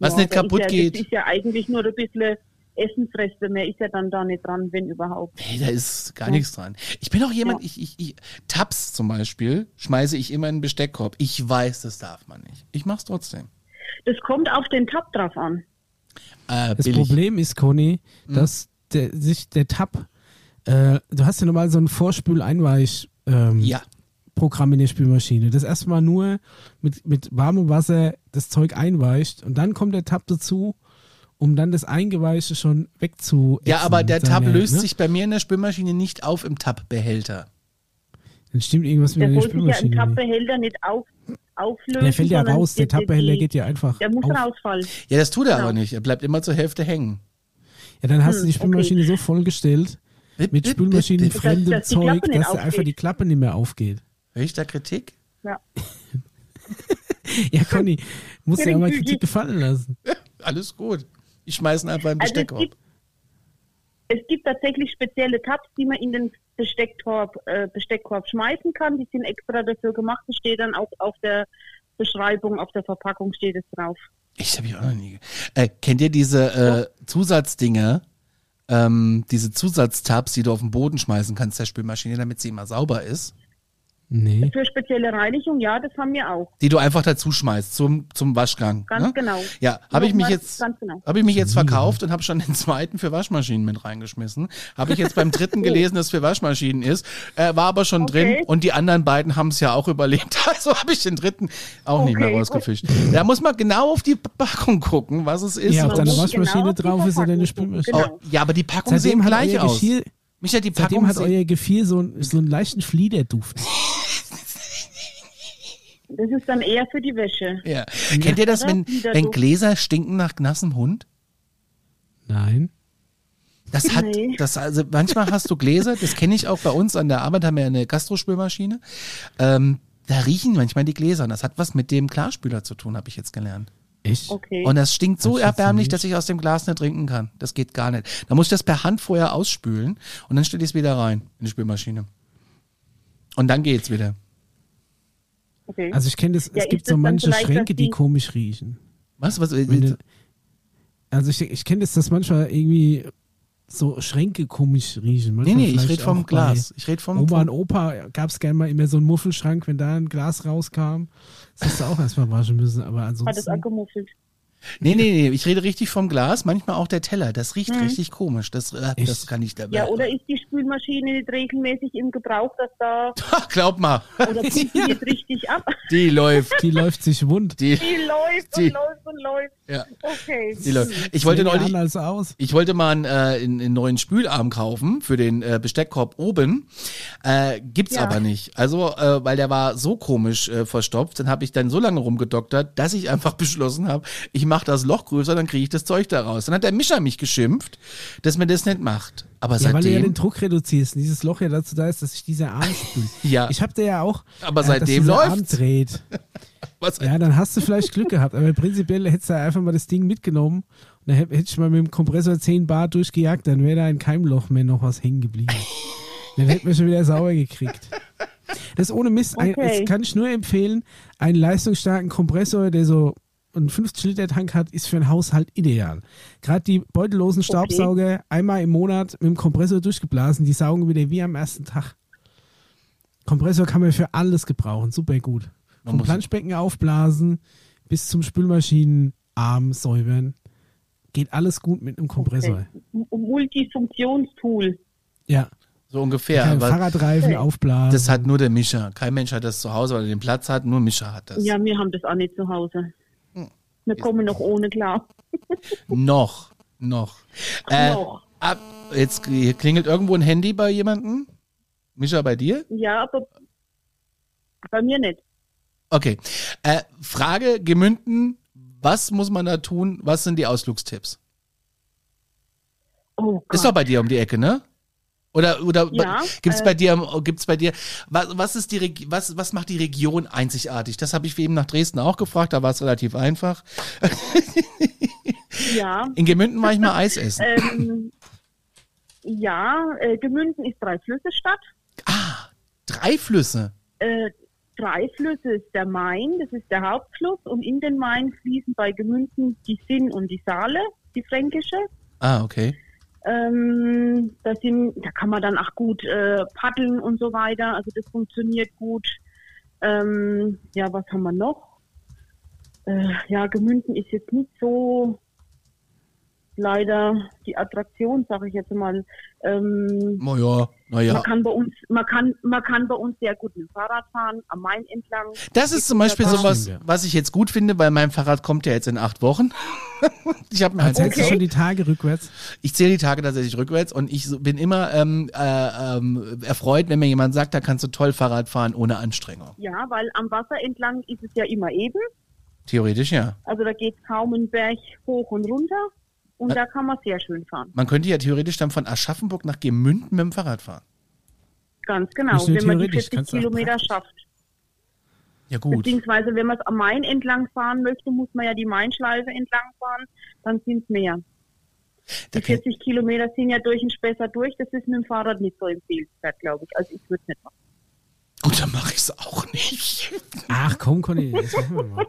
was Ja, nicht da kaputt ist ja, Das geht. ist ja eigentlich nur ein bisschen Essensreste, mehr ist ja dann da nicht dran, wenn überhaupt. Hey, da ist gar nichts dran. Ich bin auch jemand, ich, ich, ich, Taps zum Beispiel schmeiße ich immer in den Besteckkorb. Ich weiß, das darf man nicht. Ich mach's trotzdem. Das kommt auf den Tab drauf an. Äh, Das billig. Mhm. Problem ist, Conny, dass der, sich der Tab, äh, du hast ja normal so ein Vorspüleinweich. Ähm, Ja. Programm in der Spülmaschine. Das erstmal nur mit, mit warmem Wasser das Zeug einweicht und dann kommt der Tab dazu, um dann das Eingeweichte schon wegzu. Ja, aber der Tab seiner, löst ne? sich bei mir in der Spülmaschine nicht auf im Tab-Behälter. Dann stimmt irgendwas mit Der der holt sich ja im Spülmaschine. nicht. Tabbehälter nicht auf, auflösen. der fällt ja sondern raus, der die- die- Tabbehälter die- geht ja einfach. Der muss auf. rausfallen. Ja, das tut er Genau. aber nicht. Er bleibt immer zur Hälfte hängen. Ja, dann hast du die Hm, Spülmaschine so vollgestellt Bip, bip, mit bip, bip. Spülmaschinenfremdem Dass- dass die Zeug, Klappe nicht dass da einfach aufgeht. die Klappe nicht mehr aufgeht. Höre ich da Kritik? <laughs> Ja. Ja, Conny, musst dir ja mal Kritik. Kritik gefallen lassen. Alles gut. Ich schmeiße ihn einfach im Also es Besteck gibt- Es gibt tatsächlich spezielle Tabs, die man in den Besteckkorb, äh, Besteckkorb schmeißen kann. Die sind extra dafür gemacht. Das steht dann auch auf der Beschreibung, auf der Verpackung steht es drauf. Ich habe ich auch noch nie. ge- Äh, kennt ihr diese äh, Zusatzdinger? Ähm, diese Zusatztabs, die du auf den Boden schmeißen kannst der Spülmaschine, damit sie immer sauber ist, Nee. Für spezielle Reinigung, ja, das haben wir auch. die du einfach dazu schmeißt zum zum Waschgang. Ganz ne? genau. Ja, habe ich mich Nochmal jetzt Ganz genau. Habe ich mich jetzt Hm. verkauft und habe schon den zweiten für Waschmaschinen mit reingeschmissen. Habe ich jetzt beim <laughs> dritten gelesen, dass es für Waschmaschinen ist. Äh, war aber schon Okay. drin und die anderen beiden haben es ja auch überlebt. <laughs> Also habe ich den dritten auch nicht mehr Okay, gut. rausgefischt. Da muss man genau auf die Packung gucken, was es ist. Ja, Und- ob da eine Genau Waschmaschine auf die drauf ist oder eine Verpackung. Spülmaschine. oh, Genau. ja aber die Packungen sehen Seitdem hat gleich euer aus. Geschirr, Micha, die Seitdem Packungen hat sehen... euer Gefiel so, ein- so einen leichten Fliederduft. Das ist dann eher für die Wäsche. Ja. Kennt ihr das, wenn, Wieder wenn doof. Gläser stinken nach nassem Hund? Nein. Das hat, Nee. das also manchmal hast du Gläser, das kenne ich auch bei uns an der Arbeit, haben wir eine Gastrospülmaschine. Ähm, da riechen manchmal die Gläser und das hat was mit dem Klarspüler zu tun, habe ich jetzt gelernt. Ich? Okay. Und das stinkt so Das ist erbärmlich, nicht- dass ich aus dem Glas nicht trinken kann. Das geht gar nicht. Da muss ich das per Hand vorher ausspülen und dann stelle ich es wieder rein in die Spülmaschine. Und dann geht's wieder. okay. Also ich kenne das, Ja, es ist gibt das so dann manche vielleicht, dass Schränke, die die- komisch riechen. Was? äh, Was? Wenn du- Also ich, ich kenne das, dass manchmal irgendwie so Schränke komisch riechen. nee, Manchmal nee, ich vielleicht rede auch vom bei Glas. Ich rede vom, Oma und vom Opa gab es gerne mal immer so einen Muffelschrank, wenn da ein Glas rauskam. Das hast du auch erstmal waschen müssen, aber hat es ansonsten. angemuffelt. Nee, nee, nee, ich rede richtig vom Glas, manchmal auch der Teller. Das riecht richtig komisch. Das, äh, Echt? das kann ich dabei. Mhm. Ja, oder ist die Spülmaschine nicht regelmäßig im Gebrauch, dass <laughs> da, Glaub mal. <laughs> oder zieht die nicht richtig ab? <laughs> Die läuft. Die läuft sich wund. Die, Die läuft Die- und läuft und läuft. Ja. Okay. Die Leute. Ich wollte Sehen die neulich, anders aus. Ich wollte mal einen, äh, einen, einen neuen Spülarm kaufen für den äh, Besteckkorb oben. Äh, gibt's Ja. aber nicht. Also, äh, weil der war so komisch äh, verstopft, dann habe ich dann so lange rumgedoktert, dass ich einfach <laughs> beschlossen habe, ich mache das Loch größer, dann kriege ich das Zeug da raus. Dann hat der Mischer mich geschimpft, dass man das nicht macht. Aber Ja, weil du ja den seitdem, Druck reduzierst und dieses Loch ja dazu da ist, dass sich dieser <laughs> Arm spült. Ja. Ich hab da ja auch. äh, Aber dass seitdem dieser Arm läuft's. dreht. <laughs> was, Ja, dann hast du vielleicht Glück gehabt, aber prinzipiell hättest du einfach mal das Ding mitgenommen und dann hätt- hätte ich mal mit dem Kompressor 10 Bar durchgejagt, dann wäre da ein Keimloch mehr noch was hängen geblieben. Dann hätten wir schon wieder sauer gekriegt. Das ist ohne Mist, ein, Okay. das kann ich nur empfehlen, einen leistungsstarken Kompressor, der so einen 50-Liter-Tank hat, ist für einen Haushalt ideal. Gerade die beutellosen Staubsauger, einmal im Monat mit dem Kompressor durchgeblasen, die saugen wieder wie am ersten Tag. Kompressor kann man für alles gebrauchen, super gut. Man Vom muss- Planschbecken aufblasen bis zum Spülmaschinenarm säubern. Geht alles gut mit einem Kompressor. M- Multifunktionstool. Ja, so ungefähr. Kann Aber Fahrradreifen aufblasen. das hat nur der Mischer. Kein Mensch hat das zu Hause, weil er den Platz hat, nur Mischer hat das. Ja, wir haben das auch nicht zu Hause. Hm. Wir kommen noch ohne klar. Noch, noch. Äh, Noch. Ab, jetzt k- klingelt irgendwo ein Handy bei jemandem? Mischa, bei dir? Ja, aber bei mir nicht. Okay. Äh, Frage Gemünden, was muss man da tun? Was sind die Ausflugstipps? Oh Gott. Ist doch bei dir um die Ecke, ne? Oder, oder Ja, gibt es äh, bei dir, am- gibt's bei dir, was, was, ist die Regi- was, was macht die Region einzigartig? Das habe ich eben nach Dresden auch gefragt, da war es relativ einfach. <laughs> ja, In Gemünden war ich mal Eis essen. ähm, ja äh, Gemünden ist Dreiflüsse-Stadt. ah, drei Flüsse. Äh, Dreiflüsse ist der Main, das ist der Hauptfluss. Und in den Main fließen bei Gemünden die Sinn und die Saale, die fränkische. Ah, okay. Ähm, da, sind, da kann man dann auch gut äh, paddeln und so weiter. Also das funktioniert gut. Ähm, ja, was haben wir noch? Äh, ja, Gemünden ist jetzt nicht so leider die Attraktion, sage ich jetzt mal. Ähm, Naja, Man naja. kann bei uns, man kann, man kann bei uns sehr gut mit dem Fahrrad fahren, am Main entlang. Das ist zum Beispiel wunderbar. sowas, was ich jetzt gut finde, weil mein Fahrrad kommt ja jetzt in acht Wochen. <laughs> ich habe mir Als hättest du Okay. schon die Tage rückwärts. ich zähle die Tage tatsächlich rückwärts und ich so- bin immer ähm, äh, ähm, erfreut, wenn mir jemand sagt, da kannst du toll Fahrrad fahren ohne Anstrengung. Ja, weil am Wasser entlang ist es ja immer eben. Theoretisch ja. Also da geht kaum ein Berg hoch und runter und Ä- da kann man sehr schön fahren. Man könnte ja theoretisch dann von Aschaffenburg nach Gemünden mit dem Fahrrad fahren. Ganz genau, Nicht nur wenn man die theoretisch, 40 kannst du auch Kilometer praktisch. schafft. Ja gut. Beziehungsweise, wenn man es am Main entlang fahren möchte, muss man ja die Mainschleife entlang fahren, dann sind es mehr. Da Die kenn, 40 Kilometer sind ja durch den Spessart durch, das ist mit dem Fahrrad nicht so empfehlenswert, glaube ich. Also ich würde es nicht machen. gut, dann mache ich es auch nicht. Ach komm, <laughs> Conny, Also das machen wir mal.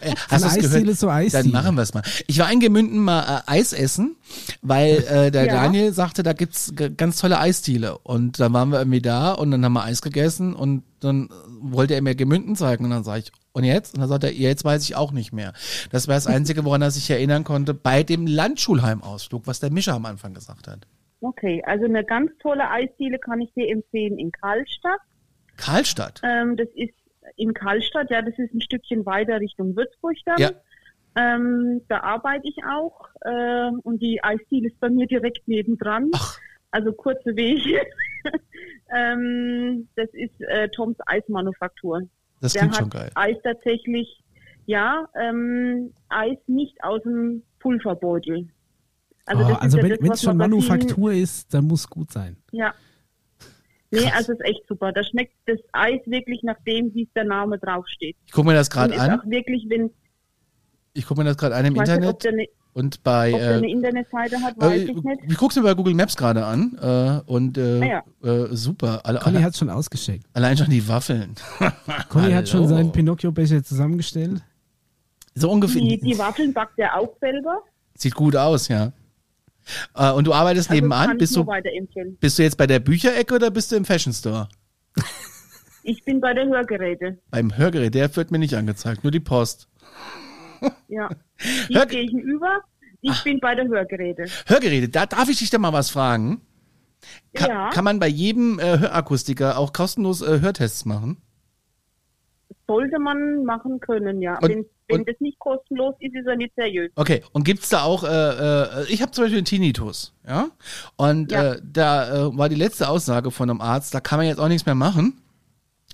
Äh, Hast du es Eisdiele gehört? zu Eisdiele. Dann machen wir es mal. Ich war in Gemünden mal äh, Eis essen, weil äh, der Ja. Daniel sagte, da gibt's g- ganz tolle Eisdiele. Und dann waren wir irgendwie da und dann haben wir Eis gegessen und dann wollte er mir Gemünden zeigen und dann sage ich, und jetzt? Und dann sagt er, ja, jetzt weiß ich auch nicht mehr. Das <laughs> war das Einzige, woran er sich erinnern konnte, bei dem Landschulheimausflug, was der Mischer am Anfang gesagt hat. Okay, also eine ganz tolle Eisdiele kann ich dir empfehlen in Karlstadt. Karlstadt. Ähm, das ist in Karlstadt, ja, das ist ein Stückchen weiter Richtung Würzburg dann. Ja. Ähm, da arbeite ich auch äh, und die Eisdiele ist bei mir direkt nebendran. Ach. Also kurze Wege. <laughs> ähm, das ist äh, Toms Eismanufaktur. Das Der klingt hat schon geil. Eis tatsächlich, ja, ähm, Eis nicht aus dem Pulverbeutel. Also, oh, das ist also ja wenn das, wenn was es schon man bei vielen- Manufaktur ist, dann muss gut sein. ja. Nee, also ist echt super. Da schmeckt das Eis wirklich nach dem, wie es der Name draufsteht. Ich gucke mir das Und gerade ist an. auch wirklich, wenn Ich gucke mir das gerade an im ich weiß nicht, ob Internet der eine, und bei ob der eine äh, Internetseite hat, weiß äh, ich nicht. ich guck's mir bei Google Maps gerade an äh, und äh, Ah äh, super. Alle, Conny alle, hat schon ausgeschickt. allein schon die Waffeln. <laughs> Conny hat schon Hallo. seinen Pinocchio-Becher zusammengestellt. So ungefähr. Die, die Waffeln backt er auch selber. Sieht gut aus, ja. Äh, und du arbeitest Also kann nebenan. ich Bist nur du, weiterempfehlen. bist du jetzt bei der Bücherecke oder bist du im Fashion Store? Ich bin bei der Hörgeräte. Beim Hörgerät, der wird mir nicht angezeigt, nur die Post. <laughs> Ja. Die Hör- Ah. gegenüber. Ich bin bei der Hörgeräte. Hörgeräte, da darf ich dich da mal was fragen. Ka ja, Kann man bei jedem äh, Hörakustiker auch kostenlos äh, Hörtests machen? sollte man machen können, ja. Und- wenn wenn und- das nicht kostenlos ist, ist er nicht seriös. Okay, und gibt's da auch, äh, äh, ich habe zum Beispiel einen Tinnitus, ja? Und Ja. Äh, da äh, war die letzte Aussage von einem Arzt, da kann man jetzt auch nichts mehr machen,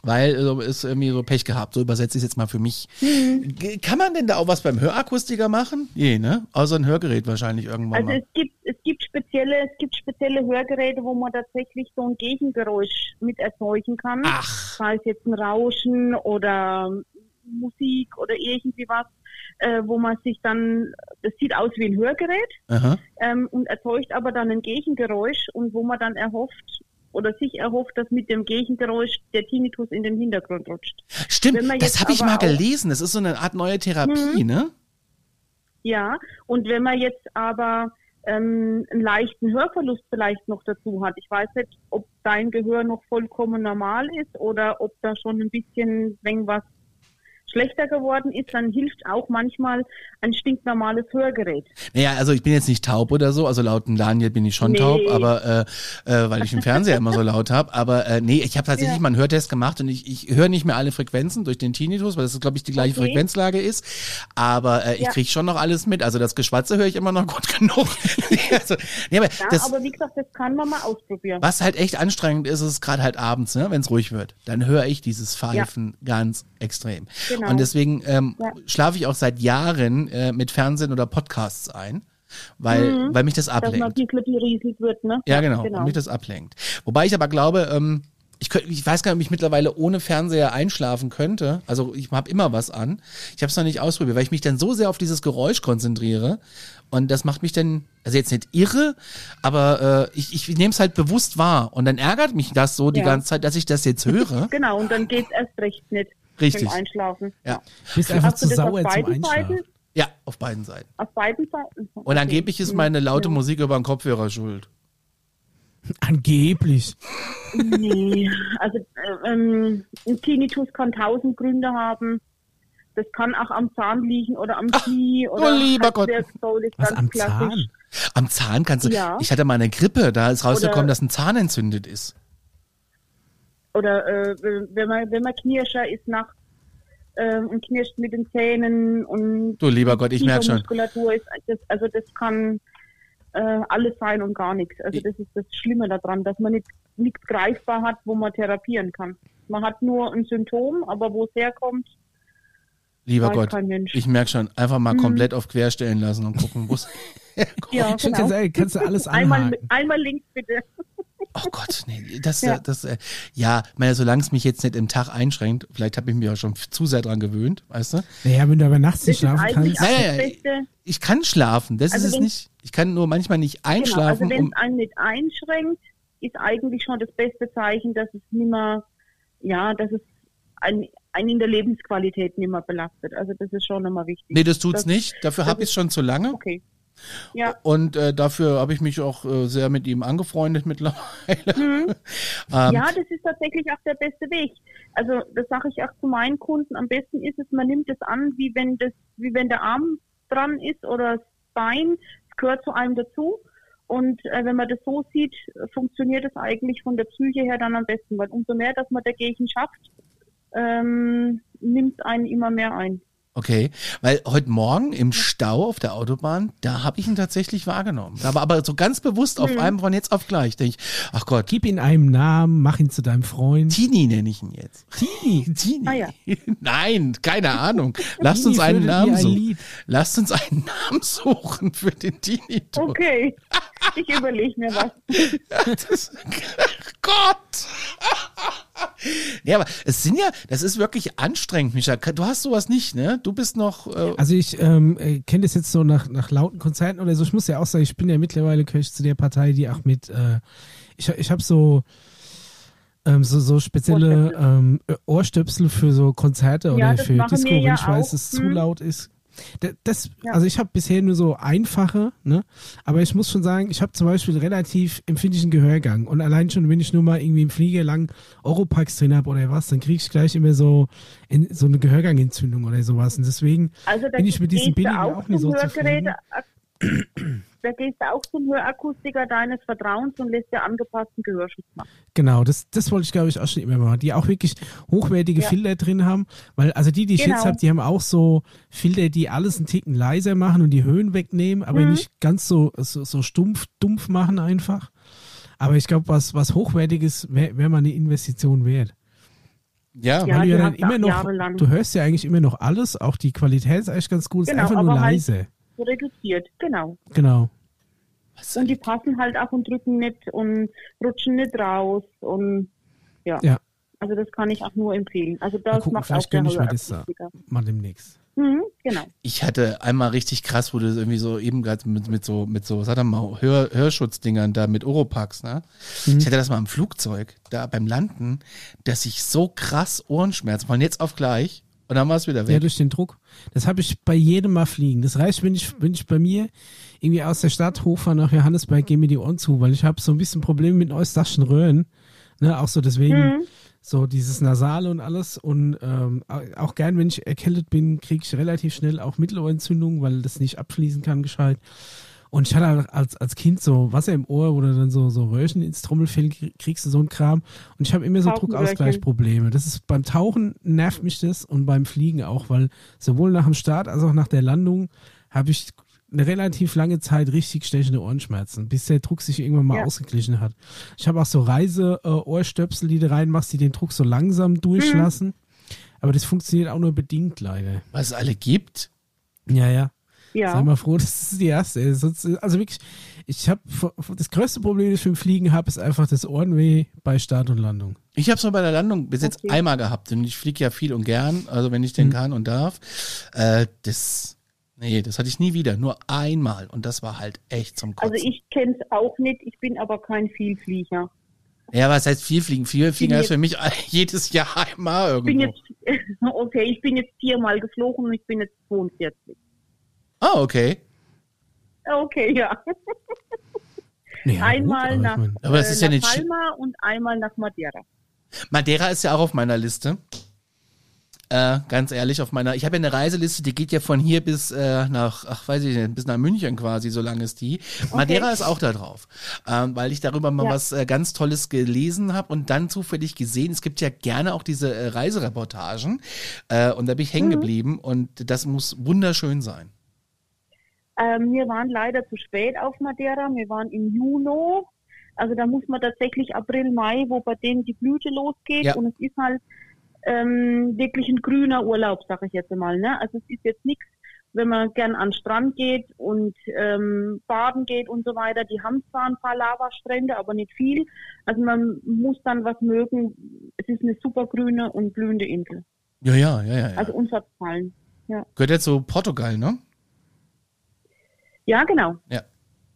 weil äh, ist irgendwie so Pech gehabt, so übersetze ich jetzt mal für mich. Mhm. G- Kann man denn da auch was beim Hörakustiker machen? Je, ne? Außer ein Hörgerät wahrscheinlich irgendwann Also mal. es gibt, es gibt spezielle, es gibt spezielle Hörgeräte, wo man tatsächlich so ein Gegengeräusch mit erzeugen kann. Ach, Sei es jetzt ein Rauschen oder Musik oder irgendwie was, äh, wo man sich dann, das sieht aus wie ein Hörgerät aha. ähm, und erzeugt aber dann ein Gegengeräusch und wo man dann erhofft oder sich erhofft, dass mit dem Gegengeräusch der Tinnitus in den Hintergrund rutscht. Wenn man stimmt, das jetzt habe ich aber mal auch- Mhm. gelesen, das ist so eine Art neue Therapie, ne? Ja, und wenn man jetzt aber ähm, einen leichten Hörverlust vielleicht noch dazu hat, ich weiß nicht, ob dein Gehör noch vollkommen normal ist oder ob da schon ein bisschen, wenn was schlechter geworden ist, dann hilft auch manchmal ein stinknormales Hörgerät. Naja, also ich bin jetzt nicht taub oder so, also laut dem Daniel bin ich schon Nee. taub, aber äh, äh, weil ich den Fernseher immer so laut habe. Aber äh, nee, ich habe tatsächlich Ja. mal einen Hörtest gemacht und ich, ich höre nicht mehr alle Frequenzen durch den Tinnitus, weil das, glaube ich, die gleiche Okay. Frequenzlage ist. Aber äh, ich Ja. kriege schon noch alles mit. Also das Geschwatze höre ich immer noch gut <laughs> genug. also, nee, aber Ja, das, aber wie gesagt, das kann man mal ausprobieren. was halt echt anstrengend ist, ist gerade halt abends, ne, wenn es ruhig wird. Dann höre ich dieses Pfeifen ganz extrem. Genau. Und deswegen ähm, Ja. schlafe ich auch seit Jahren äh, mit Fernsehen oder Podcasts ein, weil, Mhm. weil mich das Dass ablenkt. man ein bisschen berieselt wird, ne? Ja, genau, und mich das ablenkt. Wobei ich aber glaube, ähm, ich, könnt, ich weiß gar nicht, ob ich mittlerweile ohne Fernseher einschlafen könnte. Also ich habe immer was an. Ich habe es noch nicht ausprobiert, weil ich mich dann so sehr auf dieses Geräusch konzentriere. Und das macht mich dann, also jetzt nicht irre, aber äh, ich, ich nehme es halt bewusst wahr. Und dann ärgert mich das so die Ja. ganze Zeit, dass ich das jetzt <laughs> höre. Genau, und dann geht's erst recht nicht. Richtig. Beim Einschlafen. ja. bist einfach Hast du zu das auf sauer zum beiden Einschlafen. Seiten? ja, auf beiden Seiten. Auf beiden Seiten. Und angeblich Mhm. ist meine laute Musik über den Kopfhörer schuld. Angeblich. Nee, also äh, ähm, ein Tinnitus kann tausend Gründe haben. Das kann auch am Zahn liegen oder am Knie oder oh, lieber Gott. Halswirbelsäule ist Was ganz am klassisch. Zahn? Am Zahn kannst du. Ja. Ich hatte mal eine Grippe, da ist rausgekommen, Oder- dass ein Zahn entzündet ist. Oder äh, wenn man wenn man Knirscher ist nachts äh, und knirscht mit den Zähnen und Du lieber Gott, ich merk schon. Muskulatur ist das, also das kann äh, alles sein und gar nichts. Also Ich- das ist das Schlimme daran, dass man nicht nichts greifbar hat, wo man therapieren kann. Man hat nur ein Symptom, aber wo es herkommt, Lieber Weiß Gott, kein Mensch. ich merke schon, einfach Mhm. mal komplett auf quer stellen lassen und gucken, wo <laughs> es herkommt. ja, genau. Schon ganz ehrlich, kannst du alles Einmal, anhaken. einmal links bitte. Oh Gott, nee, das, Ja. äh, das, äh, ja, ich meine, solange es mich jetzt nicht im Tag einschränkt, vielleicht habe ich mich auch schon zu sehr dran gewöhnt, weißt du? Naja, wenn du aber nachts nicht Das ist schlafen eigentlich kannst. auch Nein, das nein, nein. Beste. Genau, Ich kann schlafen, das Also ist es wenn- nicht. Ich kann nur manchmal nicht Genau, also einschlafen, wenn um, es einen nicht einschränkt, ist eigentlich schon das beste Zeichen, dass es nimmer, ja, dass es ein, einen in der Lebensqualität nimmer belastet. Also das ist schon immer wichtig. nee, das tut's das- nicht, dafür das habe ich schon zu lange. Okay. Ja, Und äh, dafür habe ich mich auch äh, sehr mit ihm angefreundet mittlerweile. <laughs> ähm, Mhm. ja, das ist tatsächlich auch der beste Weg. Also das sage ich auch zu meinen Kunden. Am besten ist es, man nimmt es an, wie wenn das, wie wenn der Arm dran ist oder das Bein, es gehört zu einem dazu. Und äh, wenn man das so sieht, äh, funktioniert es eigentlich von der Psyche her dann am besten, weil umso mehr, dass man dagegen schafft, ähm, nimmt einen immer mehr ein. Okay, weil heute Morgen im Stau auf der Autobahn, da habe ich ihn tatsächlich wahrgenommen. Da war aber so ganz bewusst Mhm. auf einem von jetzt auf gleich, denke ich, ach Gott, Gib ihm einen Namen, mach ihn zu deinem Freund. Tini nenne ich ihn jetzt. <laughs> Tini. Tini. Ah ja. Nein, keine Ahnung. Lasst uns Tini einen flötet mir Namen ein suchen. Lied. Lasst uns einen Namen suchen für den Tini. Okay, ich überlege mir was. <laughs> Das, Gott! ja, aber es sind ja, das ist wirklich anstrengend, Micha. Du hast sowas nicht, ne? Du bist noch. Äh, Also ich ähm, kenne das jetzt so nach, nach lauten Konzerten oder so. Ich muss ja auch sagen, ich bin ja mittlerweile gehöre ich zu der Partei, die auch mit äh, ich, ich habe so, ähm, so so spezielle Ohrstöpsel. ähm, Ohrstöpsel für so Konzerte Ja, oder das für machen Disco, wir wenn ja ich weiß, auch. dass es zu Hm. laut ist. Da- Das, Ja. Also ich habe bisher nur so einfache, ne? aber ich muss schon sagen, ich habe zum Beispiel relativ empfindlichen Gehörgang und allein schon, wenn ich nur mal irgendwie im Flieger lang Europax drin habe oder was, dann kriege ich gleich immer so, in, so eine Gehörgangentzündung oder sowas und deswegen Also da Bin ich mit diesen gehst du billigen auch nicht zum so zufrieden? Hörgerät, <clears throat> Da gehst du auch zum Hörakustiker deines Vertrauens und lässt dir angepassten Gehörschutz machen. Genau, das, das wollte ich glaube ich auch schon immer machen, die auch wirklich hochwertige Ja. Filter drin haben, weil also die, die ich jetzt Genau. habe, die haben auch so Filter, die alles einen Ticken leiser machen und die Höhen wegnehmen, aber Mhm. nicht ganz so, so, so stumpf, dumpf machen einfach. Aber ich glaube, was, was Hochwertiges wäre wär mal eine Investition wert. Ja, Ja, weil du ja die dann hast du immer acht noch, Jahre lang. du hörst ja eigentlich immer noch alles, auch die Qualität ist eigentlich ganz gut, Genau, ist einfach nur aber halt- leise. So reduziert, genau. Genau. Was? Und die passen halt ab und drücken nicht und rutschen nicht raus. Und ja. Ja. Also das kann ich auch nur empfehlen. Also Mal das gucken, macht auch vielleicht der gönne ich mir das da. Hörakustiker. Mal demnächst. Mhm, genau. Ich hatte einmal richtig krass, wo du irgendwie so eben gerade mit, mit so, mit so, was hat er mal, Hör, Hörschutzdingern da mit Oropax, ne? Mhm. Ich hatte das mal im Flugzeug, da beim Landen, dass ich so krass Ohrenschmerz, von jetzt auf gleich, und dann war es wieder Ja, weg. durch den Druck. Das habe ich bei jedem Mal fliegen. Das reicht, wenn ich, wenn ich bei mir irgendwie aus der Stadt hochfahre nach Johannesburg, gehen mir die Ohren zu, weil ich habe so ein bisschen Probleme mit neustachschen Röhren. Ne, auch so deswegen so dieses Nasale und alles. Und ähm, au- auch gern, wenn ich erkältet bin, kriege ich relativ schnell auch Mittelohrentzündung, weil das nicht abfließen kann gescheit. Und ich hatte halt als, als Kind so Wasser im Ohr oder dann so, so Röhrchen ins Trommelfell krie- kriegst du so einen Kram. Und ich habe immer so Tauchenröhrchen. Druckausgleichprobleme. Das ist beim Tauchen nervt mich das und beim Fliegen auch, weil sowohl nach dem Start als auch nach der Landung habe ich eine relativ lange Zeit richtig stechende Ohrenschmerzen, bis der Druck sich irgendwann mal Ja. ausgeglichen hat. Ich habe auch so Reise-Ohrstöpsel, die du reinmachst, die den Druck so langsam durchlassen. Aber das funktioniert auch nur bedingt leider. Was es alle gibt? Ja, ja. Sei Ja. mal froh, <laughs> das ist die erste. ist. Sonst, also wirklich, ich habe das größte Problem, das ich beim Fliegen habe, ist einfach das Ohrenweh bei Start und Landung. Ich habe es nur bei der Landung bis jetzt Okay. Mhm. einmal gehabt und ich fliege ja viel und gern, also wenn ich denn kann und darf. Äh, das, nee, das hatte ich nie wieder, nur einmal und das war halt echt zum Kotzen. Also ich kenne es auch nicht, ich bin aber kein Vielflieger. ja, was heißt viel fliegen? Viel fliegen bin ist für mich <laughs> jedes Jahr einmal Ich bin Also. irgendwo. jetzt, <laughs> okay, ich bin jetzt viermal geflogen und ich bin jetzt 42. Ah, okay. Okay, ja. Naja, einmal gut, aber ich nach, mein- Aber das äh, ist ja nach nicht schli- Palma und einmal nach Madeira. Madeira ist ja auch auf meiner Liste. Äh, ganz ehrlich, auf meiner. Ich habe ja eine Reiseliste, die geht ja von hier bis äh, nach, ach weiß ich nicht, bis nach München quasi, so lang ist die. Madeira ist auch da drauf. Ähm, weil ich darüber mal Ja. was äh, ganz Tolles gelesen habe und dann zufällig gesehen. Es gibt ja gerne auch diese äh, Reisereportagen. Äh, und da bin ich Mhm. hängen geblieben und das muss wunderschön sein. Ähm, wir waren leider zu spät auf Madeira. Wir waren im Juni. Also da muss man tatsächlich April, Mai, wo bei denen die Blüte losgeht. Ja. Und es ist halt ähm, wirklich ein grüner Urlaub, sage ich jetzt mal. Ne? Also es ist jetzt nichts, wenn man gern an den Strand geht und ähm, baden geht und so weiter. Die haben zwar ein paar Lavastrände, aber nicht viel. Also man muss dann was mögen. Es ist eine super grüne und blühende Insel. Ja, ja, ja, ja. ja. Also uns hat's gefallen. Gehört jetzt so Portugal, ne? Ja, genau.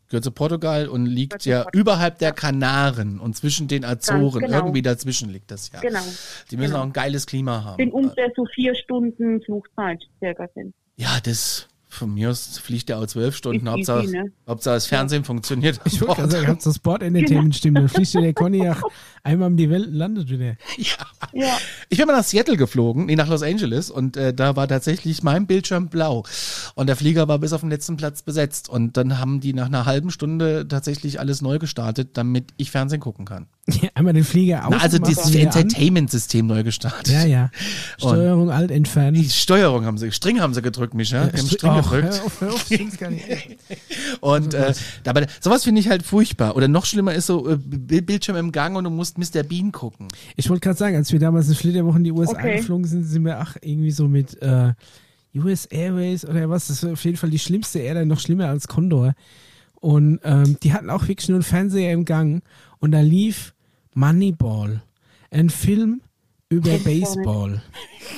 gehört zu Portugal und liegt Gehört zu ja Portugal, überhalb der Kanaren und zwischen den Azoren. genau. Irgendwie dazwischen liegt das ja. Genau. Die müssen genau. auch ein geiles Klima haben. sind ungefähr so vier Stunden Flugzeit circa sind. ja, das von mir aus fliegt der auch zwölf Stunden. Ist Hauptsache, easy, ne? Hauptsache das Fernsehen funktioniert. also Ich wollte gerade sagen, habt das Sport-Entertainment stimmen, Genau. dann fliegt der Cognac einmal um die Welt und landet wieder. <laughs> Ja, <laughs> Ich bin mal nach Seattle geflogen, nee, nach Los Angeles und äh, da war tatsächlich mein Bildschirm blau und der Flieger war bis auf den letzten Platz besetzt und dann haben die nach einer halben Stunde tatsächlich alles neu gestartet, damit ich Fernsehen gucken kann. Einmal den Flieger aus. Na, also das Entertainment-System neu gestartet. Ja, ja. Steuerung alt entfernen. Die Steuerung haben sie, String haben sie gedrückt, Micha. Ja, String Ach, gedrückt. Hör auf, hör auf, stimmt's gar nicht. <laughs> Und äh, aber sowas finde ich halt furchtbar. Oder noch schlimmer ist so äh, Bi- Bildschirm im Gang und du musst Mr. Bean gucken. Ich wollte gerade sagen, als wir damals in Flitterwochen in die USA Okay. geflogen sind, sind wir ach irgendwie so mit äh, US Airways oder was. Das war auf jeden Fall die schlimmste Airline, noch schlimmer als Condor. Und ähm, die hatten auch wirklich nur einen Fernseher im Gang und da lief Moneyball, ein Film über Baseball.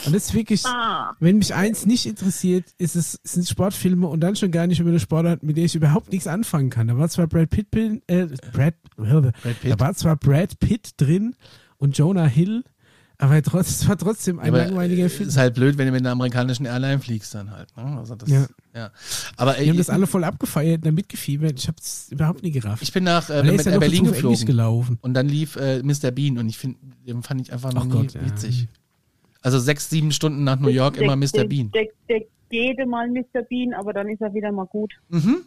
Und das ist Ah. wirklich, wenn mich eins nicht interessiert, ist es sind Sportfilme und dann schon gar nicht über eine Sportart, mit der ich überhaupt nichts anfangen kann. Da war zwar Brad Pitt, bin- äh, Brad, Pitt. da war zwar Brad Pitt drin und Jonah Hill, aber trotz, es war trotzdem ein Aber langweiliger äh, Film. ist halt blöd, wenn du mit einer amerikanischen Airline fliegst dann halt. Ne? Also das, Ja. ja. Aber Die äh, haben das ich, alle voll abgefeiert und da mitgefiebert. Ich hab's überhaupt nie gerafft. ich bin nach äh, Weil er bin ist mit ja Air doch Berlin dazu auf Englisch geflogen gelaufen. und dann lief äh, Mr. Bean und ich finde, den fand ich einfach noch Ach nie Gott, ja. witzig. Also sechs, sieben Stunden nach New York immer Der- <laughs> Mr. Bean. Der, der, der geht mal Mr. Bean, aber dann ist er wieder mal gut. Mhm.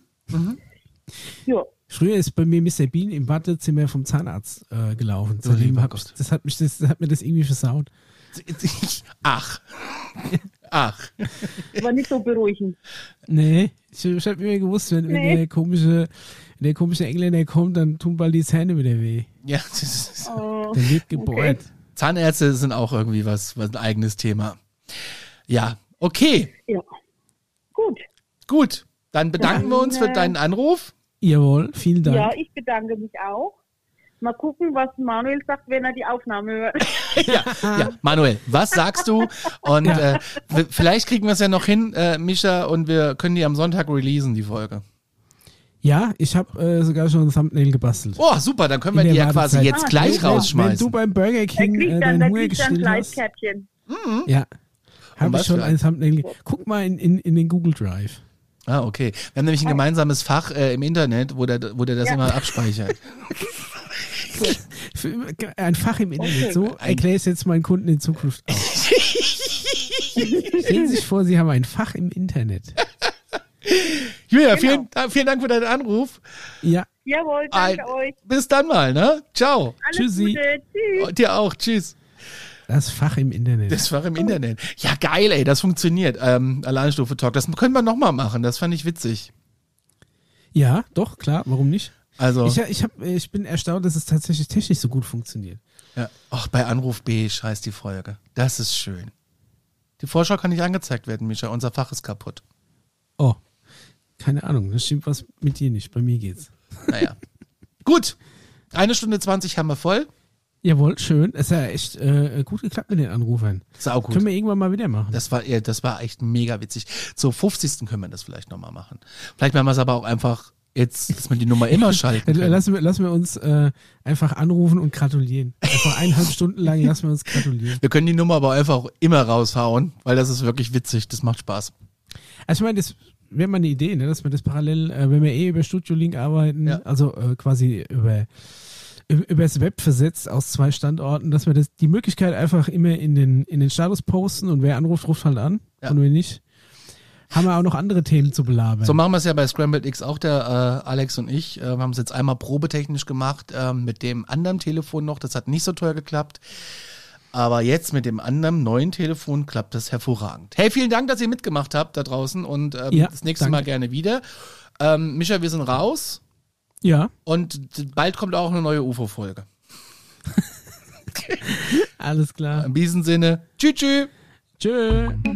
Ja. Früher ist bei mir Mr. Bean im Wartezimmer vom Zahnarzt äh, gelaufen. Oh, Seitdem lieber hab, Gott. das hat mich, das hat mir das irgendwie versaut. Ach. <laughs> Ach. War nicht so beruhigend. Nee, ich, ich habe immer gewusst, wenn, Nee. wenn der komische, wenn der komische Engländer kommt, dann tun bald die Zähne wieder weh. Ja, das ist, Oh. Dann wird gebohrt. Zahnärzte sind auch irgendwie was, was ein eigenes Thema. Ja, okay, Ja. Gut. gut. Dann bedanken Dann, wir uns für äh, deinen Anruf. <laughs> Jawohl, vielen Dank. Ja, ich bedanke mich auch. Mal gucken, was Manuel sagt, wenn er die Aufnahme hört. ja, ja, Manuel, was sagst du? Und äh, w- vielleicht kriegen wir es ja noch hin, äh, Mischa, und wir können die am Sonntag releasen, die Folge. Ja, ich habe äh, sogar schon ein Thumbnail gebastelt. Oh, super, dann können wir In die der ja quasi Wartezeit. jetzt Ah, gleich super. Wenn du rausschmeißen. beim Burger Er King äh, kriegt dann, er deinen Hunger kriegt dann gestillt hast, Gleitkärtchen. ja, habe was ich schon für ein Thumbnail. ge- Guck mal in, in, in den Google Drive. Ah, okay. Wir haben nämlich ein gemeinsames Fach äh, im Internet, wo der, wo der das Ja. immer <laughs> abspeichert. Für, ein Fach im Internet. Okay. So erkläre ich es jetzt meinen Kunden in Zukunft <laughs> auch. Stellen Sie sich vor, Sie haben ein Fach im Internet. Julia, Genau. vielen, Dank- vielen Dank für deinen Anruf. Ja, Jawohl, danke Ein- euch. Bis dann mal, ne? Ciao. Alles Tschüssi. Gute. Tschüss. Und dir auch. Tschüss. das Fach im Internet. Das war im Internet. Ja, geil, ey, das funktioniert. Ähm, Alleinstufe Talk. Das können wir nochmal machen. Das fand ich witzig. Ja, doch, klar, warum nicht? Also, Ich, ich, hab, äh, ich bin erstaunt, dass es tatsächlich technisch so gut funktioniert. ja. ach, bei Anruf B scheiß die Folge. Das ist schön. Die Vorschau kann nicht angezeigt werden, Mischa. Unser Fach ist kaputt. Oh, keine Ahnung, das stimmt was mit dir nicht. Bei mir geht's. Naja. <laughs> Gut. Eine Stunde 20 haben wir voll. Jawohl, schön. Es hat ja echt äh, gut geklappt mit den Anrufern. Sau Können gut. wir irgendwann mal wieder machen. Das war, ja, das war echt mega witzig. Zur 50. können wir das vielleicht nochmal machen. Vielleicht machen wir es aber auch einfach jetzt, dass wir die Nummer <laughs> immer schalten. Dann Können. Äh, Lassen wir, lassen wir uns äh, einfach anrufen und gratulieren. Einfach eineinhalb <laughs> Stunden lang lassen wir uns gratulieren. Wir können die Nummer aber einfach auch immer raushauen, weil das ist wirklich witzig. Das macht Spaß. Also ich meine, das wäre mal eine Idee, ne, dass wir das parallel, äh, wenn wir eh über Studio Link arbeiten, Ja. also äh, quasi über über- übers Web versetzt aus zwei Standorten, dass wir das die Möglichkeit einfach immer in den in den Status posten und wer anruft, ruft halt an Ja. und wer nicht, haben wir auch noch andere Themen zu belabern. So machen wir es ja bei Scrambled X auch, der äh, Alex und ich. Äh, wir haben es jetzt einmal probetechnisch gemacht, ähm, mit dem anderen Telefon noch. Das hat nicht so toll geklappt. Aber jetzt mit dem anderen neuen Telefon klappt das hervorragend. Hey, vielen Dank, dass ihr mitgemacht habt da draußen und ähm, Ja, das nächste danke. Mal gerne wieder. Ähm, Micha, wir sind raus ja, und d- bald kommt auch eine neue UFO-Folge. alles klar. In diesem Sinne, tschüss, tschüss. Tschö.